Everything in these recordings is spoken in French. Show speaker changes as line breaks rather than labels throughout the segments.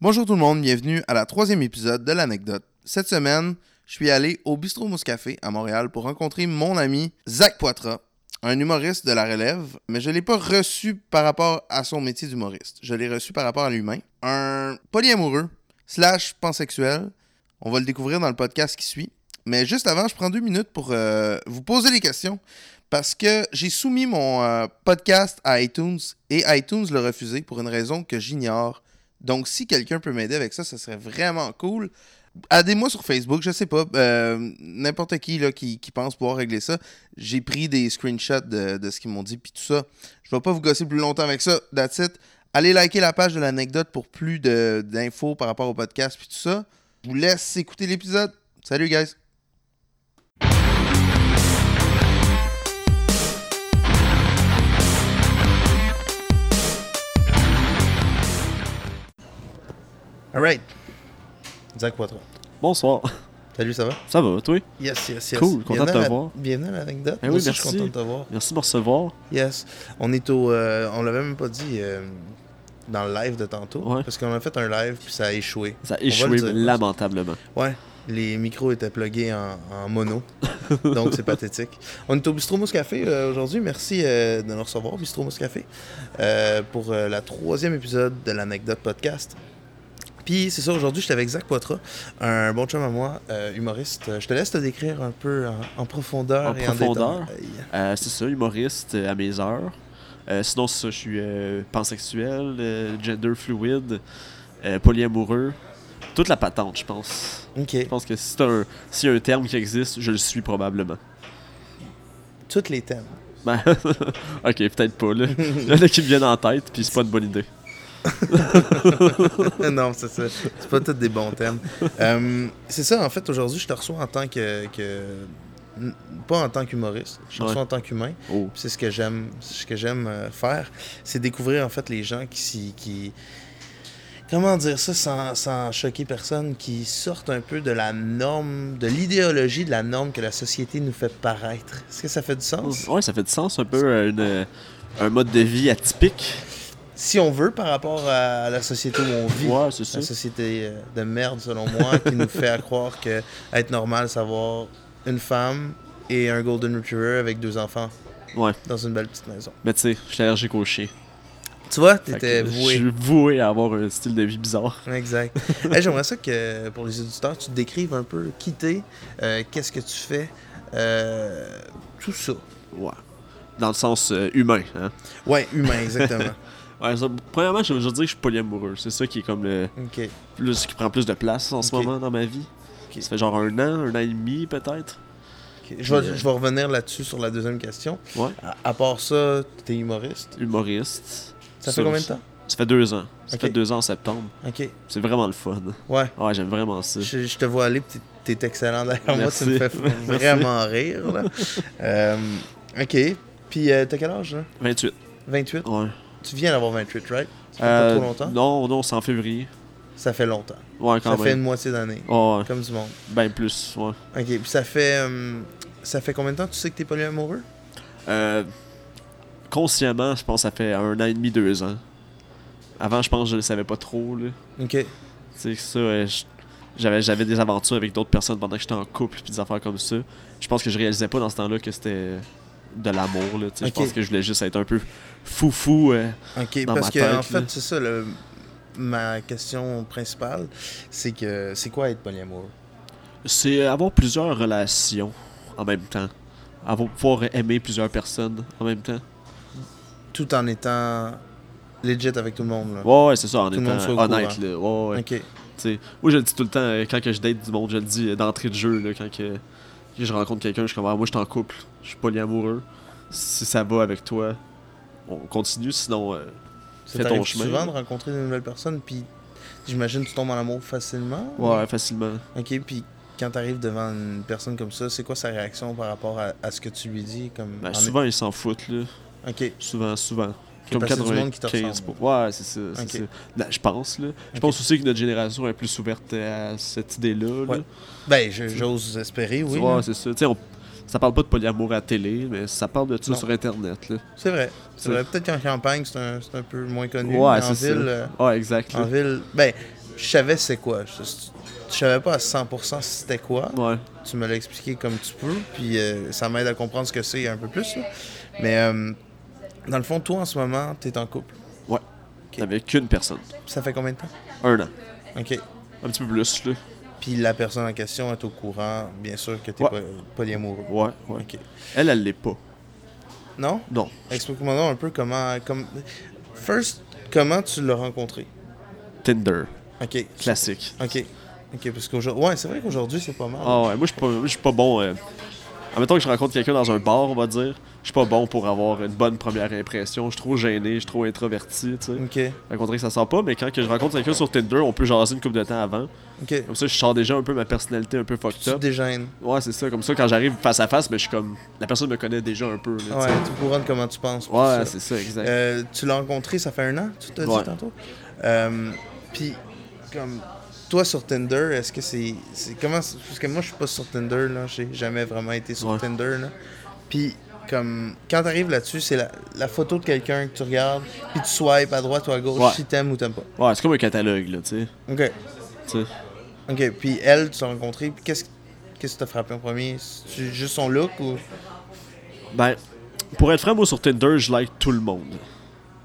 Bonjour tout le monde, bienvenue à la troisième épisode de l'anecdote. Cette semaine, je suis allé au Bistrot Mousse-Café à Montréal pour rencontrer mon ami Zach Poitras, un humoriste de la relève, mais je ne l'ai pas reçu par rapport à son métier d'humoriste. Je l'ai reçu par rapport à l'humain. Un polyamoureux, slash pansexuel. On va le découvrir dans le podcast qui suit. Mais juste avant, je prends deux minutes pour euh, vous poser des questions parce que j'ai soumis mon euh, podcast à iTunes et iTunes l'a refusé pour une raison que j'ignore. Donc, si quelqu'un peut m'aider avec ça, ça serait vraiment cool. Aidez-moi sur Facebook, je sais pas, euh, n'importe qui, là, qui qui pense pouvoir régler ça. J'ai pris des screenshots de, de ce qu'ils m'ont dit, puis tout ça. Je vais pas vous gosser plus longtemps avec ça, that's it. Allez liker la page de l'anecdote pour plus de- d'infos par rapport au podcast, puis tout ça. Je vous laisse écouter l'épisode. Salut, guys! Alright. Zach Poitras.
Bonsoir.
Salut, ça va?
Ça va, toi?
Yes, yes, yes.
Cool, content
Bienvenue
de te
à la-
voir.
Bienvenue à l'anecdote.
Eh
Moi
oui,
aussi, je suis
merci.
content de te voir.
Merci de me recevoir.
Yes. On est au. euh, on l'avait même pas dit euh, dans le live de tantôt.
Ouais.
Parce qu'on a fait un live puis ça a échoué.
Ça a
On va le
échoué
dire.
lamentablement.
Ouais. Les micros étaient plugués en, en mono. donc c'est pathétique. On est au Bistro Mousse Café euh, aujourd'hui. Merci euh, de nous recevoir, Bistro Mousse Café, euh, pour euh, la troisième épisode de l'Anecdote Podcast. Puis c'est ça, aujourd'hui, j'étais avec Zach Poitras, un bon chum à moi, euh, humoriste. Je te laisse te décrire un peu en, en profondeur
En
et en
profondeur.
détail.
Euh, c'est ça, humoriste euh, à mes heures. Euh, sinon, c'est ça, je suis euh, pansexuel, euh, gender fluide, euh, polyamoureux. Toute la patente, je pense.
Ok.
Je pense que si t'as un, s'il y a un terme qui existe, je le suis probablement.
Toutes les thèmes.
Ben, ok, peut-être pas, là. Il y en a qui me viennent en tête, puis c'est pas une bonne idée.
non, c'est ça. C'est pas tous des bons thèmes. Euh, c'est ça, en fait, aujourd'hui, je te reçois en tant que. que- n- Pas en tant qu'humoriste, je te
Ouais.
reçois en tant qu'humain.
Oh.
C'est ce que j'aime ce que j'aime euh, faire, c'est découvrir en fait les gens qui s'y- qui comment dire ça sans, sans choquer personne qui sortent un peu de la norme, de l'idéologie de la norme que la société nous fait paraître. Est-ce que ça fait du sens
Ouais, ça fait du sens un peu, euh, une, euh, un mode de vie atypique.
Si on veut par rapport à la société où on vit.
Ouais, c'est ça.
La société euh, de merde, selon moi, qui nous fait à croire que être normal, c'est avoir une femme et un Golden Retriever avec deux enfants
Ouais,
dans une belle petite maison.
mais tu sais, je suis allergique aux chiens.
Tu vois,
Fait
t'étais
que Je
voué.
suis voué à avoir un style de vie bizarre.
Exact. Hey, J'aimerais ça que pour les auditeurs, tu te décrives un peu qui t'es, euh, qu'est-ce que tu fais, euh, tout ça.
Ouais. Dans le sens euh, humain. Hein?
Ouais, humain, exactement.
Ouais, ça- premièrement, je veux juste dire que je suis polyamoureux. C'est ça qui est comme le
ok.
plus qui prend plus de place en ce
Ok.
moment dans ma vie.
Ok.
Ça fait genre un an, un an et demi peut-être.
ok. Je, vais, je vais revenir là-dessus sur la deuxième question.
Ouais.
À, à part ça, t'es humoriste.
Humoriste.
Ça fait
Sur-
combien de temps
Ça fait deux ans. Ça
Ok.
fait deux ans en septembre.
Ok.
C'est vraiment le fun.
Ouais.
Ouais, j'aime vraiment ça.
Je, je te vois aller, puis t'es t'es excellent derrière moi, tu
Merci.
me fais vraiment rire. là. Euh, ok, puis euh, t'as quel âge là
28.
28
Ouais.
Tu viens d'avoir 28, right Ça fait
Euh,
pas trop longtemps
Non, non, c'est en février.
Ça fait longtemps.
Ouais, quand
ça fait
même.
une moitié d'année,
Ouais,
comme du monde.
ben plus, ouais.
Ok, puis ça fait. euh, ça fait combien de temps que tu sais que t'es polyamoureux
Euh, consciemment, je pense que ça fait un an et demi, deux ans. Avant, je pense que je le savais pas trop. Là.
Ok,
Tu sais, ça, euh, je- j'avais, j'avais des aventures avec d'autres personnes pendant que j'étais en couple, puis des affaires comme ça. Je pense que je réalisais pas dans ce temps-là que c'était de l'amour. Là, tu sais.
Ok.
Je pense que je voulais juste être un peu foufou. euh,
ok,
Dans
parce
ma
que
tête,
en fait,
là.
c'est ça le. Ma question principale, c'est que c'est quoi être polyamoureux?
C'est euh, avoir plusieurs relations en même temps. Avoir, pouvoir aimer plusieurs personnes en même temps.
Tout en étant legit avec tout le monde. Là.
Ouais, ouais, c'est ça, en
Tout le monde
étant
soit au
honnête. Là. Ouais, ouais.
Ok.
T'sais, moi, je le dis tout le temps euh, quand que je date du monde, je le dis euh, d'entrée de jeu. Là, quand que, que je rencontre quelqu'un, je suis comme Ah, Moi, je suis en couple, je suis polyamoureux. Si ça va avec toi, on continue. Sinon, euh,
Ça
Fais ton
t'arrive
chemin.
souvent de rencontrer de nouvelles personnes, puis j'imagine que tu tombes en amour facilement.
ouais, facilement.
Ok, puis quand t'arrives devant une personne comme ça, c'est quoi sa réaction par rapport à, à ce que tu lui dis comme
Ben,
en-
souvent, ils s'en foutent. Là.
Ok,
Souvent, souvent. Comme
parce que c'est du monde qui te
95
ressemble.
pour- Ouais, c'est ça. c'est
Ok.
ça. Ben, je pense. là. Je pense aussi que notre génération est plus ouverte à cette idée-là. là.
Ouais. ben je- j'ose espérer,
Tu
oui. hein.
vois,
là.
c'est ça. T'sais, on- Ça parle pas de polyamour à la télé, mais ça parle de ça
Non.
sur Internet. Là.
C'est vrai. C'est
C'est-
vrai. Peut-être qu'en campagne, c'est un, c'est un peu moins connu.
Ouais,
mais en
c'est ça.
ville, euh,
Ouais, exact. là.
en ville, ben je savais c'est quoi. Je, je savais pas à 100% c'était quoi.
Ouais.
Tu me l'as expliqué comme tu peux, puis euh, ça m'aide à comprendre ce que c'est un peu plus. là. Mais euh, dans le fond, toi en ce moment, t'es en couple.
Ouais. Avec une personne.
Ça fait combien de temps?
Un an.
OK.
Un petit peu plus, là.
Puis la personne en question est au courant, bien sûr, que t'es
Ouais.
pas polyamoureux.
Ouais, ouais.
OK.
Elle, elle l'est pas.
Non?
Non.
Explique-moi donc un peu comment... Comme... First, comment tu l'as rencontré?
Tinder.
OK.
Classique.
OK. OK, parce qu'aujourd'hui... Ouais, c'est vrai qu'aujourd'hui, c'est pas mal.
Ah ouais, moi, je suis pas- je suis pas bon. Euh... Admettons que je rencontre quelqu'un dans un bar, on va dire. Je suis pas bon pour avoir une bonne première impression. Je suis trop gêné, je suis trop introverti, tu sais.
OK.
Rencontrer que ça sort pas, mais quand que je rencontre quelqu'un sur Tinder, on peut jaser une coupe de temps avant.
OK.
Comme ça, je sors déjà un peu ma personnalité un peu fucked
Tu te
up.
dégênes.
Ouais, c'est ça. Comme ça, quand j'arrive face à face, mais je suis comme. La personne me connaît déjà un peu. là, tu sais.
Ouais, tu courant de comment tu penses. puis
Ouais,
tout ça.
c'est ça, exact.
Euh, tu l'as rencontré, ça fait un an, tu t'as
Ouais.
dit tantôt. Euh, Puis, comme, toi sur Tinder, est-ce que c'est. c'est- comment. c'est- Parce que moi, je suis pas sur Tinder, là. J'ai jamais vraiment été sur
Ouais.
Tinder, là. Puis, comme, quand t'arrives là-dessus, c'est la, la photo de quelqu'un que tu regardes, puis tu swipes à droite ou à gauche
Ouais.
si t'aimes ou t'aimes pas.
Ouais, c'est comme un catalogue, là, tu sais.
Ok.
Tu sais.
Ok. Puis, elle, tu l'as rencontrée, puis qu'est-ce qu'est-ce que t'as frappé en premier C'est juste son look ou.
Ben, pour être franc, moi, sur Tinder, je like tout le monde.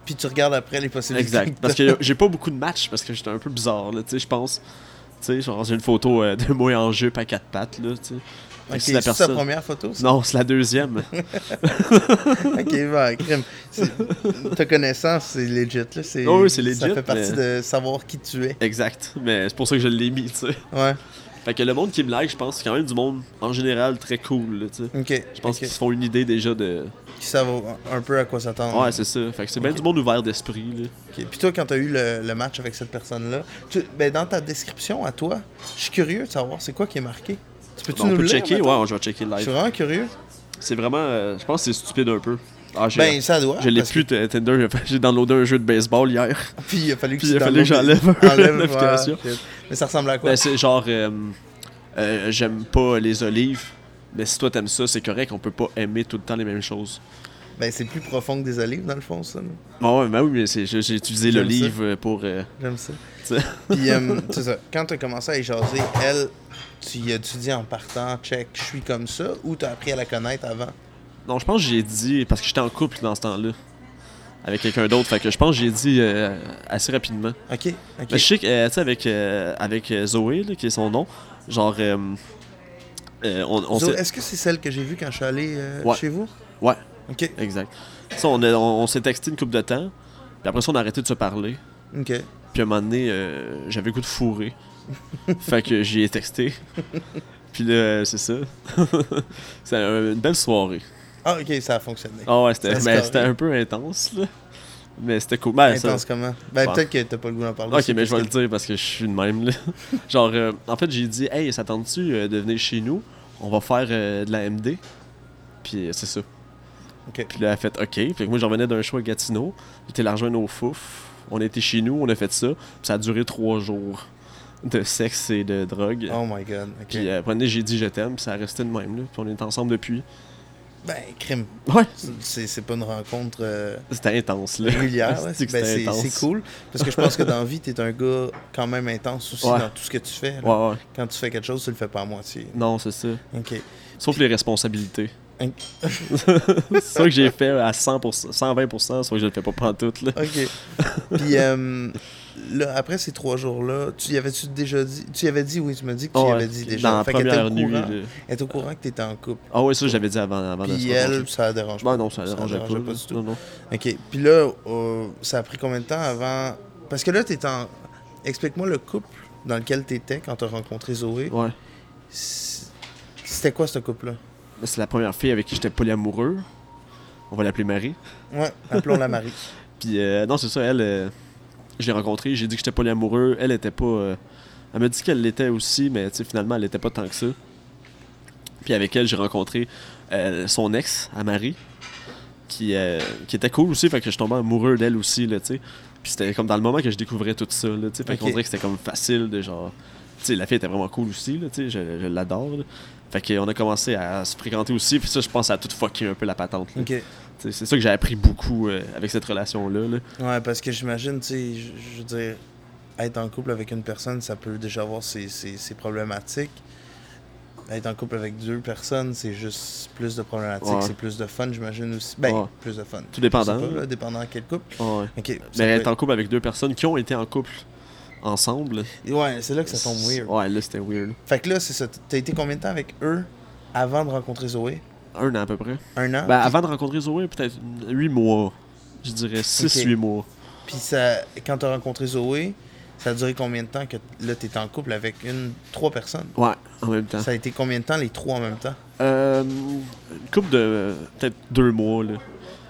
Puis, tu regardes après les possibilités.
Exact.
que
Parce
t'as.
que j'ai pas beaucoup de matchs, parce que j'étais un peu bizarre, là, tu sais, je pense. Tu sais, genre, j'ai une photo euh, de moi en jupe à quatre pattes, là, tu sais. Fait
Ok,
que si la
c'est
personne.
ta première photo, ça?
Non, c'est la deuxième.
Ok, ben, crime. C'est- Ta connaissance, c'est legit, là. C'est,
Oh oui, c'est legit,
Ça fait partie
mais-
de savoir qui tu es.
exact. Mais c'est pour ça que je l'ai mis, tu sais.
Ouais,
Fait que le monde qui me like, je pense, c'est quand même du monde, en général, très cool, là, tu sais.
ok.
Je pense
ok.
qu'ils se font une idée déjà de.
Qui savent un peu à quoi s'attendre.
Ouais, c'est ça. Fait que c'est bien
Ah. Ok.
du monde ouvert d'esprit, là.
Ok. Puis toi, quand t'as eu le, le match avec cette personne-là, tu- ben, dans ta description à toi, je suis curieux de savoir c'est quoi qui est marqué. Tu peux-tu
Bon,
nous
Ben, on peut
le lire,
checker,
mettons?
ouais, je vais checker
Je suis
live.
vraiment curieux.
C'est vraiment. euh, je pense que c'est stupide un peu. Ah, j'ai-
Ben, ça doit.
je l'ai
parce que-
plus, t- Tinder. j'ai fait- J'ai downloadé un jeu de baseball hier.
Puis il a fallu que,
Puis
tu
il a fallu
downloades-
que j'enlève un-
enlèves,
l'application.
ouais, shit. Mais ça ressemble à quoi?
Ben, c'est genre. euh, euh, J'aime pas les olives. Mais si toi t'aimes ça, c'est correct, on peut pas aimer tout le temps les mêmes choses.
Ben, c'est plus profond que des olives, dans le fond, ça. non?
Bon, ouais, ben oui, mais c'est- j'ai j'ai utilisé
J'aime
l'olive euh, pour. euh,
J'aime ça.
tu sais.
Puis, euh, c'est ça. Quand t'as commencé à y jaser, elle, tu y as-tu dit en partant, check, je suis comme ça, ou t'as appris à la connaître avant?
Non, je pense que j'ai dit. Parce que j'étais en couple dans ce temps-là. Avec quelqu'un d'autre. Fait que je pense que j'ai dit euh, assez rapidement.
Ok, ok.
Mais je sais que, euh, tu sais, avec, euh, avec euh, Zoé, là, qui est son nom, genre. euh, euh, on, on
Zo-
s'est-
Est-ce que c'est celle que j'ai vue quand je suis allé euh,
Ouais.
chez vous?
Ouais,
Ok,
exact. Ça, on, a- on, on s'est texté une couple de temps, puis après ça, on a arrêté de se parler.
ok.
Puis à un moment donné, euh, j'avais le goût de fourrer. fait que j'y ai texté. Puis là, c'est ça. C'était une belle soirée.
Ah, ok, ça a fonctionné.
Ah ouais, c'était
Ça se
ben,
corrige.
c'était un peu intense, là. Mais c'était cool. Ben, ça-
Intense comment? Ben,
Ouais.
peut-être que t'as pas le goût d'en parler.
Ok,
c'est
mais je vais le
parce
dire parce que je suis de même. Là. Genre, euh, en fait, j'ai dit, hey, ça tente-tu euh, de venir chez nous On va faire euh, de la MD. Puis euh, c'est ça.
Ok.
Puis là, elle a fait, ok. Puis que moi, je revenais d'un show à Gatineau. J'étais l'argent au fouf. On était chez nous, on a fait ça. Puis ça a duré trois jours de sexe et de drogue.
que- Oh my god, ok.
Puis euh, après, un moment donné, j'ai dit, je t'aime. Puis ça a resté de même. Là. Puis on est ensemble depuis.
Ben, crime.
Ouais.
C'est c'est pas une rencontre euh,
C'était intense, là.
régulière. ouais.
C'est-tu que
Ben,
c'était
c'est
intense.
c'est cool. Parce que je pense que dans la vie, t'es un gars quand même intense aussi
Ouais.
dans tout ce que tu fais. là.
Ouais, ouais.
Quand tu fais quelque chose, tu le fais pas à moitié.
Non, c'est ça.
Ok.
Sauf les responsabilités.
Ok.
c'est ça que j'ai fait à 100%, 120%, sauf que je le fais pas pantoute. Là.
OK. Puis euh, là, après ces trois jours-là, tu y avais-tu déjà dit... Tu y avais dit, oui, tu m'as dit que tu y
Ouais,
avais dit déjà.
Dans la
qu'elle était au
première nuit.
courant-
là.
Elle était au courant que t'étais en couple.
Ah ouais, ça j'avais dit avant, avant de se
Puis elle,
rencontrer.
ça la dérange
Ben
pas.
non, ça ne dérangeait pas. là.
du tout.
Non, non.
OK. Puis là, euh, ça a pris combien de temps avant... Parce que là, t'étais en... Explique-moi le couple dans lequel t'étais quand t'as rencontré Zoé.
Ouais.
C- C'était quoi, ce couple-là?
Mais C'est la première fille avec qui j'étais polyamoureux. On va l'appeler Marie.
Ouais, appelons-la Marie.
Puis euh, non, c'est ça, elle, euh, je l'ai rencontrée, j'ai dit que j'étais polyamoureux. Elle était pas. euh, elle m'a dit qu'elle l'était aussi, mais tu sais, finalement, elle l'était pas tant que ça. Puis avec elle, j'ai rencontré euh, son ex, à Marie, qui, euh, qui était cool aussi, fait que je tombais amoureux d'elle aussi, là, tu sais. Puis c'était comme dans le moment que je découvrais tout ça, là, tu sais. Fait qu'on
Ok.
dirait que c'était comme facile de genre. Tu sais, la fille était vraiment cool aussi, là, tu sais, je, je l'adore, là. Fait qu'on a commencé à se fréquenter aussi, puis ça, je pense, ça a tout fucké un peu la patente, là.
OK.
Tu sais, C'est ça que j'ai appris beaucoup euh, avec cette relation-là, là.
Ouais, parce que j'imagine, tu sais, je je veux dire, être en couple avec une personne, ça peut déjà avoir ses, ses- ses problématiques. Être en couple avec deux personnes, c'est juste plus de problématiques,
Ouais.
c'est plus de fun, j'imagine aussi. Ben,
Ouais.
plus de fun.
Tout dépendant.
Je sais pas, là, dépendant à quel couple.
Ah Ouais.
Ok, ça
Mais être
peut
en couple avec deux personnes qui ont été en couple ensemble.
être- Ouais, c'est là que ça tombe weird.
Ouais, là c'était weird.
Fait que là, c'est ça. T'as été combien de temps avec eux avant de rencontrer Zoé
Un an à peu près.
Un an
Ben, avant de rencontrer Zoé, peut-être une- huit mois. Je dirais six,
Ok.
huit mois.
Puis ça, quand t'as rencontré Zoé, ça a duré combien de temps que là t'étais en couple avec une, trois personnes
Ouais, en même temps.
Ça a été combien de temps les trois en même temps
Euh, une couple de euh, peut-être deux mois, là.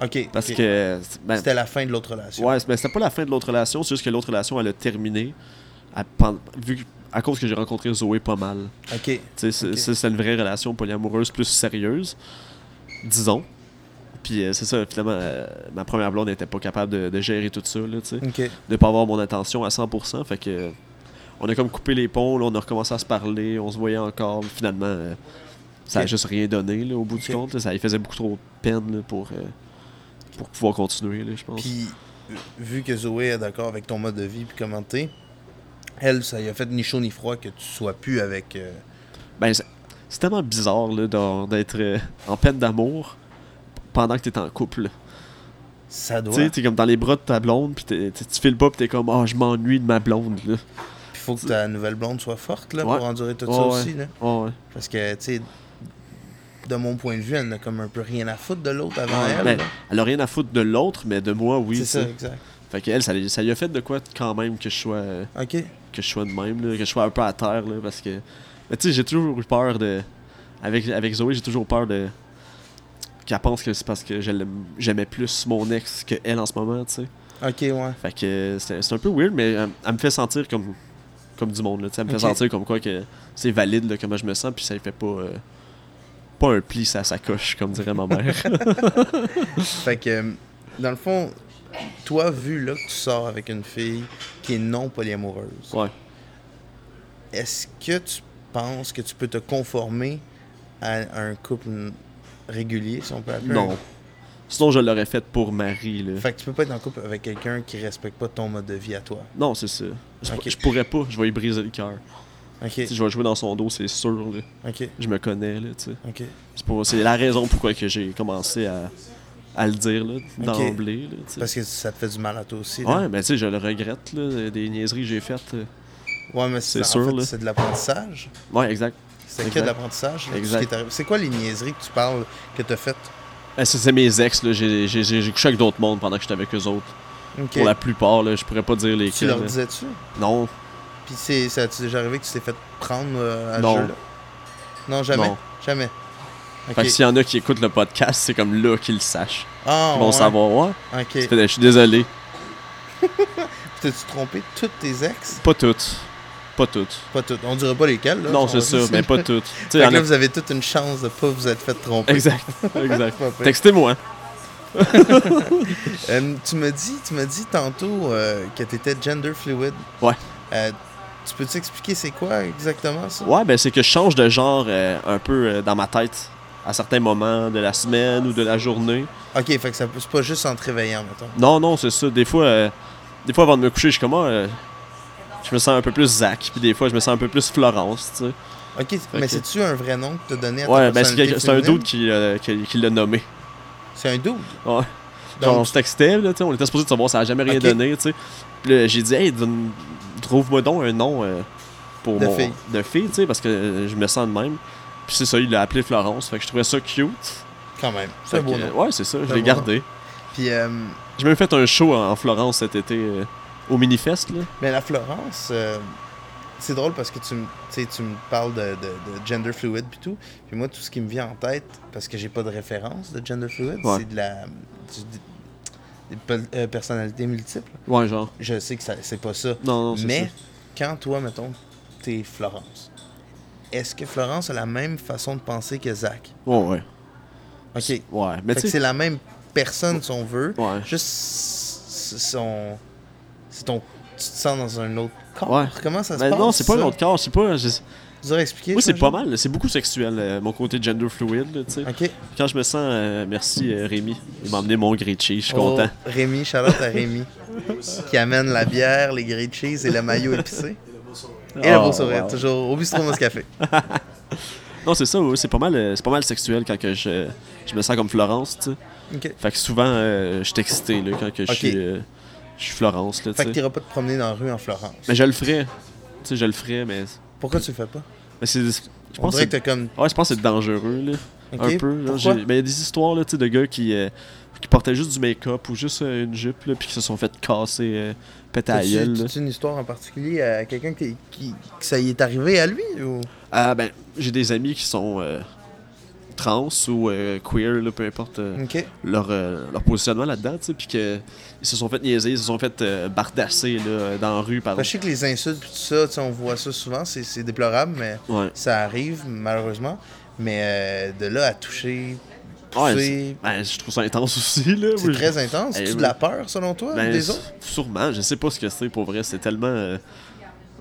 Ok.
Parce
ok.
que. ben,
c'était la fin de l'autre relation.
ouais, mais c'était pas la fin de l'autre relation, c'est juste que l'autre relation, elle a terminé. à pen- vu que- à cause que j'ai rencontré Zoé pas mal.
Ok.
Tu sais, c'est-
Ok.
c'est- c'est une vraie relation polyamoureuse plus sérieuse, disons. Puis euh, c'est ça, finalement, euh, ma première blonde n'était pas capable de, de gérer tout ça, là, tu sais.
Ok.
De pas avoir mon attention à 100%, fait que... euh, On a comme coupé les ponts, là, on a recommencé à se parler, on se voyait encore, mais finalement, euh, ça a
Ok.
juste rien donné, là, au bout
Ok.
du compte. là. ça lui faisait beaucoup trop de peine, là, pour... euh, pour pouvoir continuer, là, je pense.
Puis vu que Zoé est d'accord avec ton mode de vie puis comment t'es, elle, ça y a fait ni chaud ni froid que tu sois plus avec. euh,
Ben, c'est c'est tellement bizarre là, d'en- d'être euh, en peine d'amour pendant que t'es en couple.
Ça
Tu
doit.
sais, t'es comme dans les bras de ta blonde, puis t'es- t'es- tu files pas, puis t'es comme, oh, je m'ennuie de ma blonde. Là.
Puis faut que ta nouvelle blonde soit forte là,
Ouais.
pour endurer tout
Ouais,
ça
ouais.
aussi. Là.
Ah, Ouais, ouais.
Parce que, tu sais, de mon point de vue, elle n'a comme un peu rien à foutre de l'autre avant
Ouais,
Ah, elle.
ben,
là.
elle a rien à foutre de l'autre, mais de moi, oui.
c'est ça,
tu sais.
exact.
Fait qu'elle, ça, lui- ça lui a fait de quoi quand même que je sois, euh,
Ok.
que je sois de même, là, que je sois un peu à terre, là, parce que. Mais tu sais, j'ai toujours eu peur de. Avec, avec Zoé, j'ai toujours peur de. Qu'elle pense que c'est parce que je l'aime- j'aimais plus mon ex que elle en ce moment, tu sais.
Ok, ouais.
Fait que euh, c'est c'est un peu weird, mais euh, elle, me fait sentir comme, comme du monde. Là, tu sais, elle me
Ok.
fait sentir comme quoi que c'est valide là, comment je me sens, puis ça lui fait pas, euh, pas un pli à sa coche, comme dirait ma mère.
Fait que, euh, dans le fond, toi, vu là que tu sors avec une fille qui est non polyamoureuse,
ouais.
est-ce que tu penses que tu peux te conformer à un couple n- régulier, si on peut appeler
Non. Sinon, je l'aurais fait pour Marie. Là.
Fait que tu peux pas être en couple avec quelqu'un qui respecte pas ton mode de vie à toi.
Non, c'est ça. Je,
Ok.
je pourrais pas, je vais lui briser le cœur.
Ok,
Tu sais, Je vais jouer dans son dos, c'est sûr. là.
ok,
Je me connais. Là, tu sais.
ok.
c'est, pour- c'est la raison pourquoi que j'ai commencé à, à le dire là, d'emblée. là, tu sais.
Parce que ça te fait du mal à toi aussi. là.
Ouais, mais tu sais, je le regrette, là, des niaiseries que j'ai faites. euh.
Ouais, mais c'est
C'est sûr,
en fait,
là.
c'est de l'apprentissage.
Ouais, exact.
C'est que
Exact.
de l'apprentissage. là, tout ce
Exact.
qui est arrivé. C'est quoi les niaiseries que tu parles, que t'as faites
Ah, ça, c'est mes ex, là. J'ai, j'ai, j'ai- j'ai couché avec d'autres mondes pendant que j'étais avec eux autres.
Ok.
Pour la plupart, là, je pourrais pas dire lesquels.
Tu leur
là.
disais-tu
Non,
Puis c'est, ça a-tu déjà arrivé que tu t'es fait prendre euh, à
Non.
jeu, là? Non, jamais.
Non.
Jamais. Ok.
Fait que s'il y en a qui écoutent le podcast, c'est comme là qu'ils le sachent.
Ah,
Ils vont
ouais.
savoir, ouais.
Ok.
c'est fait, Je suis désolé.
T'as-tu trompé toutes tes ex?
Pas toutes. Pas toutes.
Pas toutes. On dirait pas lesquelles, là.
non,
On
c'est
va
ça,
juste-
mais pas toutes. Tu
Fait
sais, y en
que là,
a-
vous avez toute une chance de pas vous être fait tromper.
Exact, exact.
Pas pire.
Textez-moi.
Euh, tu me dis, tu me dis tantôt euh, que t'étais gender fluid.
Ouais.
Euh, tu peux t'expliquer c'est quoi exactement ça?
Ouais, ben c'est que je change de genre euh, un peu euh, dans ma tête à certains moments de la semaine ou de la journée.
Ok, fait que ça c'est pas juste en te réveillant, mettons.
Non, non, c'est ça. Des fois, euh, des fois avant de me coucher, je suis comme, ah, euh, je me sens un peu plus Zach, puis des fois, je me sens un peu plus Florence, tu sais.
Ok, mais
que-
c'est-tu un vrai nom que t'as donné à ta
Ouais, ben c'est
personnalité
quel- c'est un
féminine?
dude qui, euh, qui, qui l'a nommé.
C'est un dude.
Ouais. Genre, on
Donc,
se textait, là, tu sais, on était supposé de savoir, ça a jamais rien
Ok.
donné, tu sais. Puis là, j'ai dit, hey, donne- trouve-moi donc un nom euh, pour
De
mon.
fille.
De fille, tu sais, parce que euh, je me sens de même. Puis c'est ça, il l'a appelé Florence, fait que je trouvais ça cute.
quand même, c'est un
Fait
beau
que,
nom.
Ouais, c'est ça,
C'est
je
un
l'ai
beau
gardé.
Puis, euh,
J'ai même fait un show en en Florence cet été euh, au Minifest, là.
mais la Florence, euh, c'est drôle parce que tu, me- tu sais, tu me parles de, de- de gender fluid puis tout. Puis moi, tout ce qui me vient en tête, parce que j'ai pas de référence de gender fluid,
Ouais.
c'est de la. du- des pol- euh, personnalités multiples.
Ouais, genre.
Je sais que ça- c'est pas ça.
Non, non, c'est
mais
ça.
quand toi, mettons, t'es Florence, est-ce que Florence a la même façon de penser que Zach
Ouais, ouais.
Ok.
Ouais, mais
Fait que
tu
c'est
sais.
la même personne, si on veut.
Ouais.
Juste s- son. C'est ton. Tu te sens dans un autre corps.
Ouais.
Comment ça se
Ben
passe?
non, c'est pas
ça?
un autre corps, c'est pas. je-
Tu aurais expliqué
Moi,
ça,
c'est pas
Jean?
mal, c'est beaucoup sexuel, euh, mon côté gender fluid, là, tu sais.
Ok.
Quand je me sens, euh, merci euh, Rémi, il m'a emmené mon grilled cheese, je suis
Oh,
content.
Rémi, Charlotte à Rémi. qui amène la bière, les grilled cheese et le maillot épicé. Et le
Oh,
beau sourire,
wow.
toujours au bistrot Moscafé.
Non, c'est ça, ouais, c'est pas mal euh, c'est pas mal sexuel quand que je, je me sens comme Florence, tu sais.
Ok.
Fait que souvent, euh, je suis excité là, quand que je
Ok.
suis euh, je suis Florence, là, tu
Fait que
sais.
t'iras pas te promener dans la rue en Florence.
Mais je le ferais. Tu sais, je le ferais, mais...
Pourquoi tu le fais pas?
mais c'est... Je
On
pense que
dirait
c'est
que t'as comme...
Ouais, je pense que c'est dangereux, là.
Ok,
Un peu. genre,
pourquoi?
j'ai- ben, il y a des histoires, là, tu sais, de gars qui, euh, qui portaient juste du make-up ou juste euh, une jupe, là, puis qui se sont fait casser, euh, péter à la
T'as-tu-
gueule, là.
T'as-tu une histoire en particulier à quelqu'un qui, qui- que ça y est arrivé à lui? ou
Ah, ben, j'ai des amis qui sont euh, trans ou euh, queer, là, peu importe euh,
Ok.
leur, euh, leur positionnement là-dedans, tu sais, puis que ils se sont fait niaiser, ils se sont fait euh, bardasser, là, dans la rue, par...
Fait que Ah, Je sais que les insultes pis tout ça, tu sais, on voit ça souvent, c'est c'est déplorable, mais
Ouais.
ça arrive malheureusement. Mais euh, de là à toucher,
Ouais,
pousser,
Ben, je trouve ça intense aussi, là.
c'est
moi, je-
très intense.
Eh
Tu
oui.
de la peur selon toi
Ben,
des autres?
Sûrement, je sais pas ce que c'est pour vrai, c'est tellement. euh,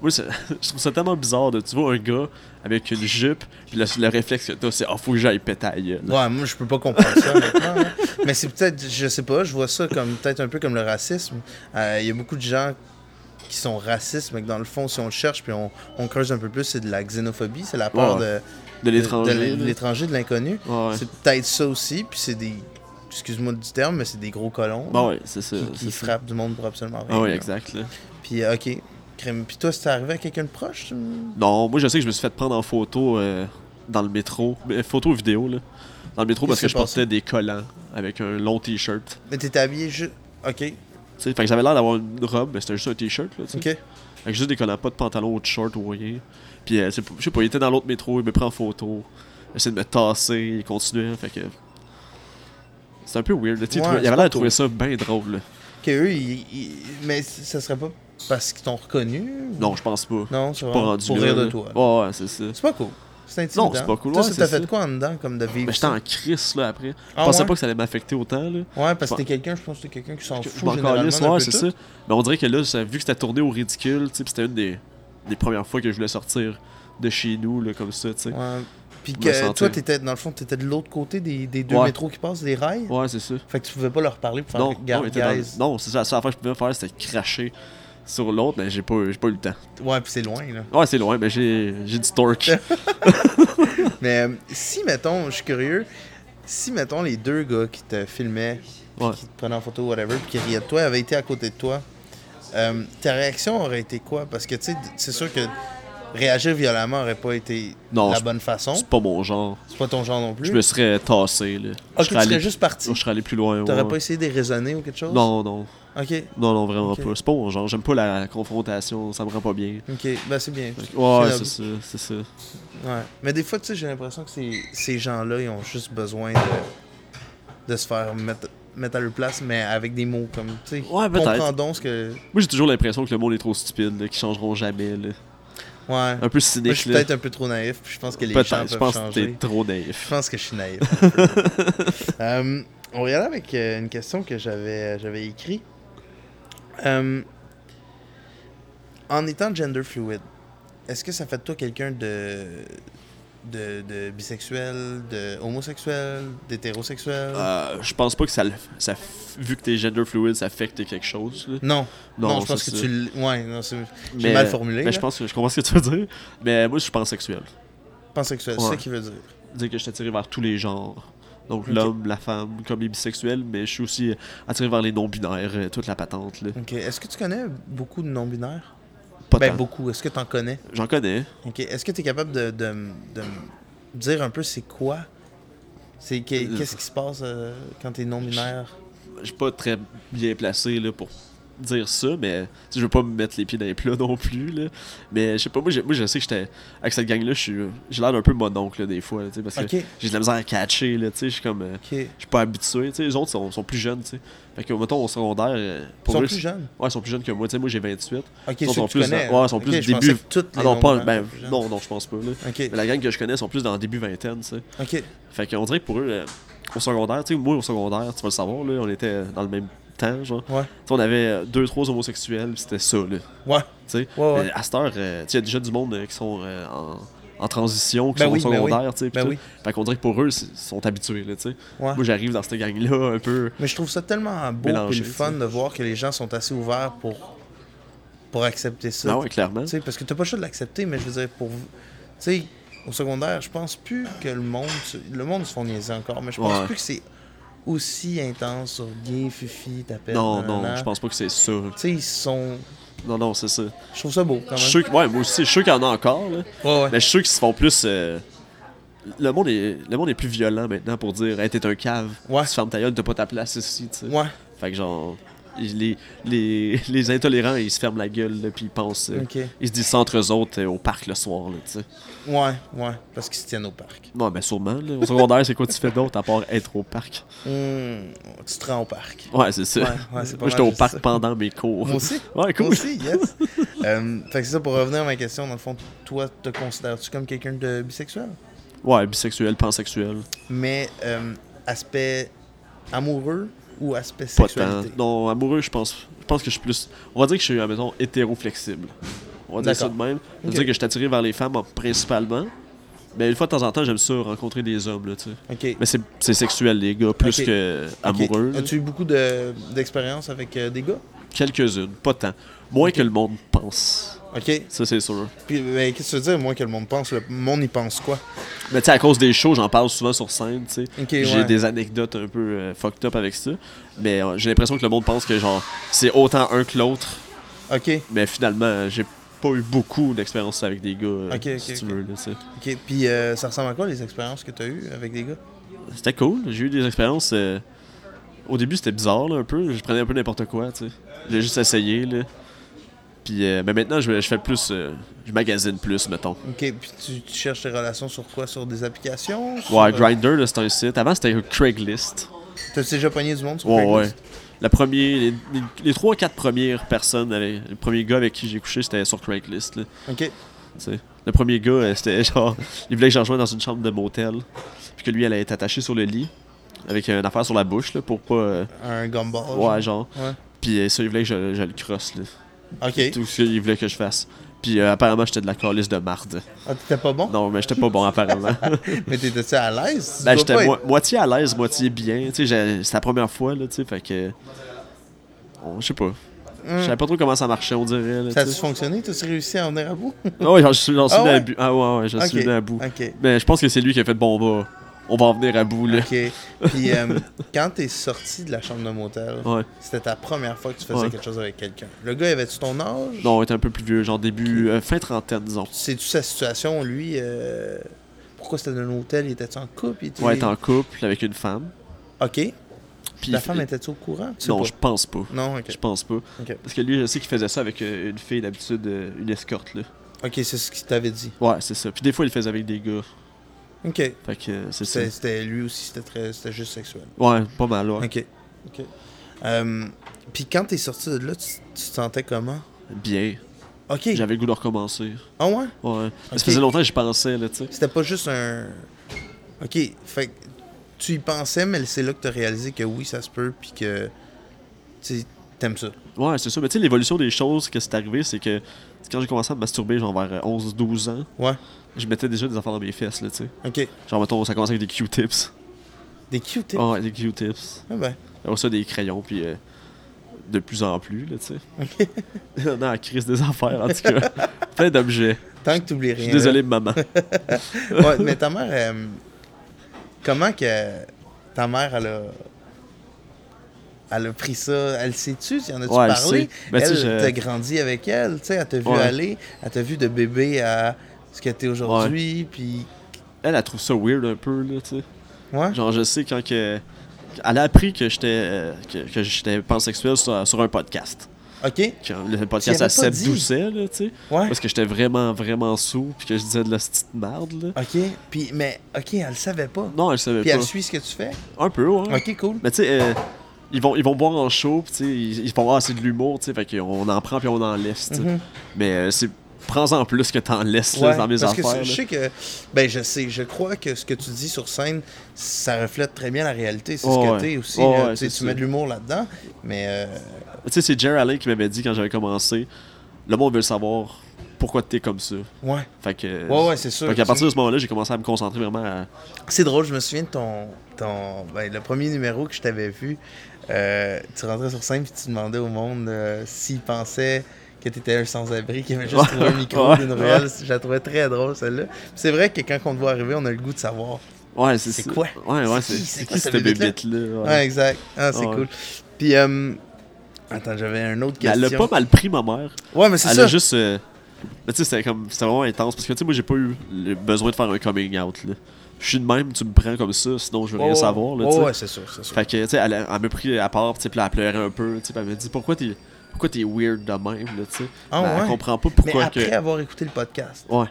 Oui, c'est- je trouve ça tellement bizarre de. Tu vois un gars avec une jupe, puis le, le réflexe que t'as, c'est Ah, faut que j'aille péter à la gueule.
Ouais, moi je peux pas comprendre ça maintenant. hein. Mais c'est peut-être, je sais pas, je vois ça comme peut-être un peu comme le racisme. Euh, Il y a beaucoup de gens qui sont racistes, mais que dans le fond, si on le cherche puis on, on creuse un peu plus, c'est de la xénophobie, c'est la peur de-
Ouais, De
de-
l'étranger.
de
là.
l'étranger, de l'inconnu.
Ouais,
C'est peut-être ça aussi, puis c'est des. Excuse-moi du terme, mais c'est des gros colons
Bah ouais, c'est ça.
qui,
c'est
qui
ça.
frappent du monde pour absolument rien.
Ah, ouais,
là.
exact. là.
Puis, euh, ok. Crème. Puis toi, c'est arrivé à quelqu'un de proche tu me-
Non, moi, je sais que je me suis fait prendre en photo euh, dans le métro. mais Photo vidéo, là. Dans le métro parce
Qu'est-ce
que
qui
je
s'est passé?
portais des collants avec un long t-shirt.
Mais t'étais habillé juste. Ok,
Tu sais, Fait que j'avais l'air d'avoir une robe, mais c'était juste un t-shirt. là, tu sais.
ok.
Fait que juste des collants, pas de pantalon ou de short ou rien. Puis, euh, c'est- je sais pas, il était dans l'autre métro, il me prend en photo. Il essaie de me tasser, il continuait, fait que. C'est un peu weird, là, tu sais, il
Ouais,
trouvait- il
c'est
avait
pas
l'air de trouver ça bien drôle, là.
Que eux, ils- ils- Mais c- ça serait pas parce qu'ils t'ont reconnu ou-
Non, je pense pas.
Non, c'est
Pas
vraiment
rendu
pour
là,
rire de
là.
toi.
Ouais, ouais, c'est ça.
C'est pas cool. C'est intimidant.
Non, c'est pas cool,
Toi,
ouais,
ça t'a
c'est
fait
ça.
quoi en dedans, comme de vivre
Mais j'étais
ça?
en crise, là, après. Je
Ah,
pensais
ouais?
pas que ça allait m'affecter autant, là.
Ouais, parce que
je
t'es quelqu'un, je pense que t'es quelqu'un qui s'en
Je-
fout
Je m'en
généralement
calisse,
d'un
ouais,
peu
c'est
tout.
ça. Mais on dirait que là, ça- vu que c'était tourné au ridicule, tu sais, puis c'était une des, des premières fois que je voulais sortir de chez nous, là, comme ça, tu sais.
Ouais. Puis
Je me
que
sentais-
toi, t'étais, dans le fond, t'étais de l'autre côté des, des deux
Ouais.
métros qui passent, des rails.
Ouais, c'est ça.
Fait que tu pouvais pas leur parler pour faire
Non, non,
regarde,
il était dans-
guys.
non, c'est ça, la seule affaire que je pouvais faire, c'était cracher sur l'autre, mais j'ai pas, eu- j'ai pas eu le temps.
Ouais, puis c'est loin, là.
Ouais, c'est loin, mais j'ai j'ai du torque.
Mais euh, si, mettons, je suis curieux, si, mettons, les deux gars qui te filmaient, puis
Ouais.
qui te prenaient en photo, whatever, puis qui riaient de toi, avaient été à côté de toi, euh, ta réaction aurait été quoi? Parce que, tu sais, c'est sûr que réagir violemment aurait pas été
Non,
la
je-
bonne façon.
C'est pas mon genre.
C'est pas ton genre non plus.
Je me serais tassé, là.
Ok,
je
tu
serais allé,
serais juste parti.
je serais allé plus loin.
T'aurais
ouais.
pas essayé de les raisonner ou quelque chose?
Non, non.
Ok,
Non, non, vraiment
Ok.
pas. C'est pas mon genre. J'aime pas la confrontation, ça me rend pas bien.
ok. Ben, c'est bien.
Fait que- Ouais,
C'est
c'est ça, c'est ça.
Ouais. Mais des fois, tu sais, j'ai l'impression que ces, ces gens-là, ils ont juste besoin de, de se faire mettre, mettre à leur place, mais avec des mots comme, tu sais,
Ouais, peut-être.
comprends donc ce que...
Moi, j'ai toujours l'impression que le monde est trop stupide, là, qu'ils changeront jamais, là.
Ouais.
Un peu
Moi, je suis
cynique, là.
peut-être un peu trop naïf, puis je pense que les gens
Peut-être,
peuvent
je pense que t'es
changer.
trop
Je
naïf.
pense que je suis naïf. un peu. Euh, on regardait avec euh, une question que j'avais j'avais écrite. Euh, en étant gender fluid, est-ce que ça fait de toi quelqu'un de, de, de bisexuel, de homosexuel, d'hétérosexuel
Euh, je pense pas que ça, le- ça f- vu que t'es gender fluid, ça affecte quelque chose. là.
Non, non, je pense
c'est
que
ça.
tu. l- Ouais, non, c'est j'ai
Mais-
mal formulé.
Mais je
pense...
pense que je comprends ce que tu veux dire. Mais moi, je suis pansexuel.
Pansexuel, c'est
Ouais.
ça qu'il veut dire.
Dire que je suis attiré vers tous les genres. Donc
Ok.
l'homme, la femme, comme les bisexuels, mais je suis aussi attiré vers les non-binaires, euh, toute la patente. Là.
Ok, est-ce que tu connais beaucoup de non-binaires
Pas
Ben,
tant.
beaucoup. Est-ce que tu en connais
J'en connais.
Ok, est-ce que tu es capable de, de m- de me dire un peu c'est quoi C'est que-
Euh.
qu'est-ce qui se passe euh, quand t'es non-binaire
Je suis pas très bien placé là, pour dire ça, mais tu sais, je veux pas me mettre les pieds dans les plats non plus. Là. Mais je sais pas, moi, j'ai- moi je sais que j'étais. Avec cette gang-là, je suis- j'ai l'air d'un peu mon oncle là, des fois. là, tu sais, parce
Ok.
que j'ai de la misère à catcher. là, tu sais, Je suis comme. euh,
Ok, ils
je suis pas habitué, tu sais, les autres sont, sont plus jeunes, tu sais. Fait que, mettons, au secondaire, euh, pour
sont
eux,
plus
c'est-
jeunes.
Ouais, ils sont plus jeunes que moi, tu sais, moi j'ai 28.
Ok,
Ils
ceux
sont
que tu
plus
connais. hein.
dans- ouais, ils sont plus
Ok, je
début-
pensais que toutes les
Ah non, pas,
non-binaires
ben,
sont plus jeunes.
non, non, je pense pas, là.
Ok,
Mais la gang que je connais sont plus dans le début vingtaine, tu sais.
ok,
Fait qu'on dirait que pour eux, euh, au secondaire, tu sais, moi au secondaire, tu vas le savoir, là, on était dans le même temps, genre. Tu
ouais,
sais, on avait euh, deux, trois homosexuels, pis c'était ça, là. Tu
ouais,
sais,
Ouais, ouais.
Mais à cette heure, euh, tu sais, il y a déjà du monde euh, qui sont euh, en, en transition, qui
Ben
sont
oui,
au
ben oui.
secondaire, tu sais. pis
Ben
tout.
oui.
Fait qu'on dirait que pour eux, c'est- ils sont habitués, là, tu sais.
Ouais.
Moi, j'arrive dans cette gang-là un peu.
Mais je trouve ça tellement beau et
Mélangé,
le fun
tu sais.
de voir que les gens sont assez ouverts pour, pour accepter ça.
Ah ouais, clairement.
Tu sais, parce que t'as pas le choix de l'accepter, mais je veux dire, pour. Tu sais, au secondaire, je pense plus que le monde. se- Le monde se font niaiser encore, mais je pense
Ouais.
plus que c'est aussi intense sur gay, fifi, t'appelles.
Non,
nanana.
non, je pense pas que c'est ça.
Tu sais, ils sont.
Non, non, c'est ça.
Je trouve ça beau quand
Je
même.
suis sûr que- ouais, moi aussi, je suis sûr qu'il y en a encore, là.
Ouais, ouais.
Mais je suis sûr qu'ils se font plus. euh, Le monde, est... le monde est plus violent maintenant pour dire Hey, t'es un cave,
Ouais.
tu fermes ta gueule, t'as pas ta place ici, tu sais.
Ouais,
Fait que genre, ils- les, les, les intolérants, ils se ferment la gueule, là, puis ils pensent. euh,
ok.
Ils se disent ça entre eux autres euh, au parc le soir, là, tu sais.
Ouais, ouais. Parce qu'ils se tiennent au parc.
Non, mais sûrement, là. Au secondaire, c'est quoi tu fais d'autre à part être au parc
Hum, Tu te rends au parc.
Ouais, c'est ça.
Ouais, ouais, c'est pas
Moi,
mal
j'étais au
juste
parc
ça.
pendant mes cours.
Moi aussi.
Ouais, cool.
Moi aussi, yes. Euh, fait que c'est ça, pour revenir à ma question, dans le fond, toi, te considères-tu comme quelqu'un de bisexuel?
Ouais, bisexuel, pansexuel.
Mais euh, aspect amoureux ou aspect
Pas tant.
sexualité?
Non, amoureux, je pense. Je pense que je suis plus. On va dire que je suis, admettons, hétéro-flexible. On va dire ça de
D'accord.
même. Ça veut
Ok.
dire que je suis attiré vers les femmes en- principalement. Mais une fois de temps en temps, j'aime ça rencontrer des hommes, là, tu sais.
Ok.
Mais c'est c'est sexuel, les gars, plus
Ok.
que
Ok.
amoureux. là.
As-tu eu beaucoup de- d'expérience avec euh, des gars?
Quelques-unes, pas tant. Moins
Ok.
que le monde pense.
Ok.
Ça, c'est sûr.
Puis, ben, qu'est-ce que tu veux dire, moi, que le monde pense? Le monde y pense quoi?
Mais tu sais, à cause des shows, j'en parle souvent sur scène, tu sais.
Ok,
J'ai
ouais.
des anecdotes un peu euh, fucked up avec ça. Mais euh, j'ai l'impression que le monde pense que, genre, c'est autant un que l'autre.
Ok,
Mais finalement, euh, j'ai pas eu beaucoup d'expérience avec des gars, euh,
Ok, ok,
si tu
ok.
veux, là, tu sais.
ok. Puis, euh, ça ressemble à quoi, les expériences que tu as eues avec des gars?
C'était cool. J'ai eu des expériences. euh, Au début, c'était bizarre, là, un peu. Je prenais un peu n'importe quoi, tu sais. J'ai juste essayé, là. Puis, euh, mais maintenant, je, je fais plus. euh, je magasine plus, mettons.
Ok, puis tu, tu cherches tes relations sur quoi? Sur des applications? Sur,
Ouais,
euh,
Grindr, là, c'est un site. Avant, c'était Craigslist.
T'as déjà pogné du monde sur
Ouais, ouais.
Craigslist?
La première, les, les, les trois, quatre premières personnes, avec, le premier gars avec qui j'ai couché, c'était sur Craigslist. Là,
Ok.
tu sais. le premier gars, euh, c'était genre, il voulait que je rejoigne dans une chambre de motel, puis que lui, elle allait être attachée sur le lit, avec euh, une affaire sur la bouche, là, pour pas. euh,
Un gumball. genre.
ouais, genre.
Oh, Ouais.
Puis euh, ça, il voulait que je, je le crosse, là.
Ok.
Tout ce qu'il voulait que je fasse. Puis euh, apparemment, j'étais de la calice de marde.
Ah, t'étais pas bon?
Non, mais j'étais pas bon, apparemment.
Mais t'étais-tu à l'aise? Tu
Ben,
dois pas
j'étais
être-
mo- moitié à l'aise, moitié bien. Tu sais, j'ai- c'est la première fois, là, tu sais, fait que. on- Je sais pas. Je
Hum.
savais pas trop comment ça marchait, on dirait. Là,
Ça
tu
a-tu
sais.
fonctionné? T'as-tu réussi à en venir à bout?
Ah ouais, j'en suis, j'en suis
Ah
venu à
ouais?
bout. Ah ouais, ouais, j'en suis
Ok.
venu à bout.
Ok.
Mais je pense que c'est lui qui a fait bon, on va, on va en venir à bout, là.
Ok. Puis euh, quand t'es sorti de la chambre de motel,
Ouais.
c'était ta première fois que tu faisais
Ouais.
quelque chose avec quelqu'un. Le gars, avait-tu ton âge?
Non, on était un peu plus vieux, genre début, euh, fin trentaine, disons.
Sais-tu sa situation, lui? euh, Pourquoi c'était dans un hôtel? Il était en couple? Il était-
Ouais, était en couple avec une femme.
Ok.
Puis
la
il-
femme était-tu au courant? Tu sais
Non,
pas.
je pense pas.
Non, ok.
Je pense pas.
Ok,
Parce que lui, je sais qu'il faisait ça avec euh, une fille d'habitude, euh, une escorte, là.
Ok, c'est ce qu'il t'avait dit.
Ouais, c'est ça. Puis des fois, il le faisait avec des gars.
Ok.
Fait que euh, c'est ça.
C'était c'était- lui aussi, c'était très- c'était juste sexuel.
Ouais, pas mal, ouais.
Ok. Ok. Euh, Puis quand t'es sorti de là, tu, tu te sentais comment?
Bien.
Ok.
J'avais le goût de recommencer.
Ah ouais?
Ouais. Ça
Ok.
faisait longtemps que j'y pensais, là, tu sais.
C'était pas juste un. Ok, fait que tu y pensais, mais c'est là que t'as réalisé que oui, ça se peut, puis que. Tu sais, t'aimes ça.
Ouais, c'est ça. Mais tu sais, l'évolution des choses, que c'est arrivé, c'est que quand j'ai commencé à me masturber, genre vers 11-12 ans,
Ouais.
je mettais déjà des affaires dans mes fesses, là, tu sais.
Ok.
Genre, mettons, ça commençait avec des Q-tips.
Des cute.
Ouais, des Q-tips.
Ah ben.
Après ça, des crayons, puis euh, de plus en plus, là, tu sais.
Ok.
non, la crise des affaires, en tout cas. Plein d'objets.
Tant que t'oublies
Je
rien.
suis désolé, maman.
là. Ouais, mais ta mère. euh, Comment que. Ta mère, elle a. Elle a pris ça, elle sait-tu, y en a-tu
Ouais, elle
parlé?
sait. Ben, tu sais,
elle,
je-
t'as grandi avec elle, tu sais, elle t'a vu
Ouais.
aller, elle t'a vu de bébé à ce que t'es aujourd'hui, puis...
Elle, elle trouve ça weird un peu, là, tu sais.
Ouais?
Genre, je sais quand que. Elle a appris que j'étais euh, que, que j'étais pansexuel sur, sur un podcast.
OK?
Quand Le
Tu y avais
podcast à
pas
Seb
dit.
Doucet, là, tu sais.
Ouais?
Parce que j'étais vraiment, vraiment saoul, puis que je disais de la petite marde, là.
OK, puis mais OK, elle le savait pas.
Non, elle savait
Puis
pas.
elle suit ce que tu fais.
Un peu, ouais.
OK, cool.
Mais tu sais, euh, ils, vont, ils vont boire en show, puis tu sais, ils, ils font Ah, c'est de l'humour, tu sais, fait qu'on en prend puis on en laisse, tu sais.
Mhm.
Mais euh, c'est. Prends-en plus que t'en laisses là,
Ouais,
dans mes
parce que
affaires.
je
là.
sais que ben je sais, je crois que ce que tu dis sur scène, ça reflète très bien la réalité, c'est ce
Ouais.
que t'es aussi,
Ouais,
là,
ouais,
tu sais,
c'est
tu
ça.
mets de l'humour là-dedans, mais euh,
Tu sais, c'est Jerry Allen qui m'avait dit quand j'avais commencé Le monde veut savoir pourquoi t'es comme ça.
Ouais.
Fait que.
Ouais, ouais, c'est sûr.
Fait qu'à
tu
partir
sais.
de ce moment-là, j'ai commencé à me concentrer vraiment à.
C'est drôle, je me souviens de ton. ton ben, le premier numéro que je t'avais vu, euh, tu rentrais sur scène puis tu demandais au monde euh, s'il pensait que t'étais un sans-abri qui avait juste
Ouais.
trouvé un micro
Ouais.
d'une ruelle. Je la trouvais très drôle, celle-là. Puis C'est vrai que quand on te voit arriver, on a le goût de savoir.
Ouais, c'est
C'est
ça.
quoi?
Ouais, ouais,
C'est
c'est
qui? C'est
c'est
quoi
qui
ce
cette
bébite-là?
bébête-là?
Ouais,
Ouais.
exact. Ah, c'est
Ouais.
cool. Puis, euh, attends, j'avais un autre
Mais Elle
question.
l'a pas mal pris, ma mère.
Ouais, mais c'est
Elle
ça.
a juste. euh, Mais tu sais, c'était comme. C'était vraiment intense parce que, tu sais, moi, j'ai pas eu le besoin de faire un coming out, là. Je suis de même, tu me prends comme ça, sinon je veux
Ouais,
rien
ouais.
savoir, là, tu
Ouais,
sais.
ouais, c'est sûr, c'est sûr.
Fait que, tu sais, elle, a- elle m'a pris à part, tu sais, puis elle pleurait un peu, tu sais, puis elle m'a dit pourquoi t'es. Pourquoi t'es weird de même, là, tu sais?
Ah,
Mais
ouais.
ben, Elle comprend pas
Mais
pourquoi
après avoir écouté le podcast,
que. Ouais.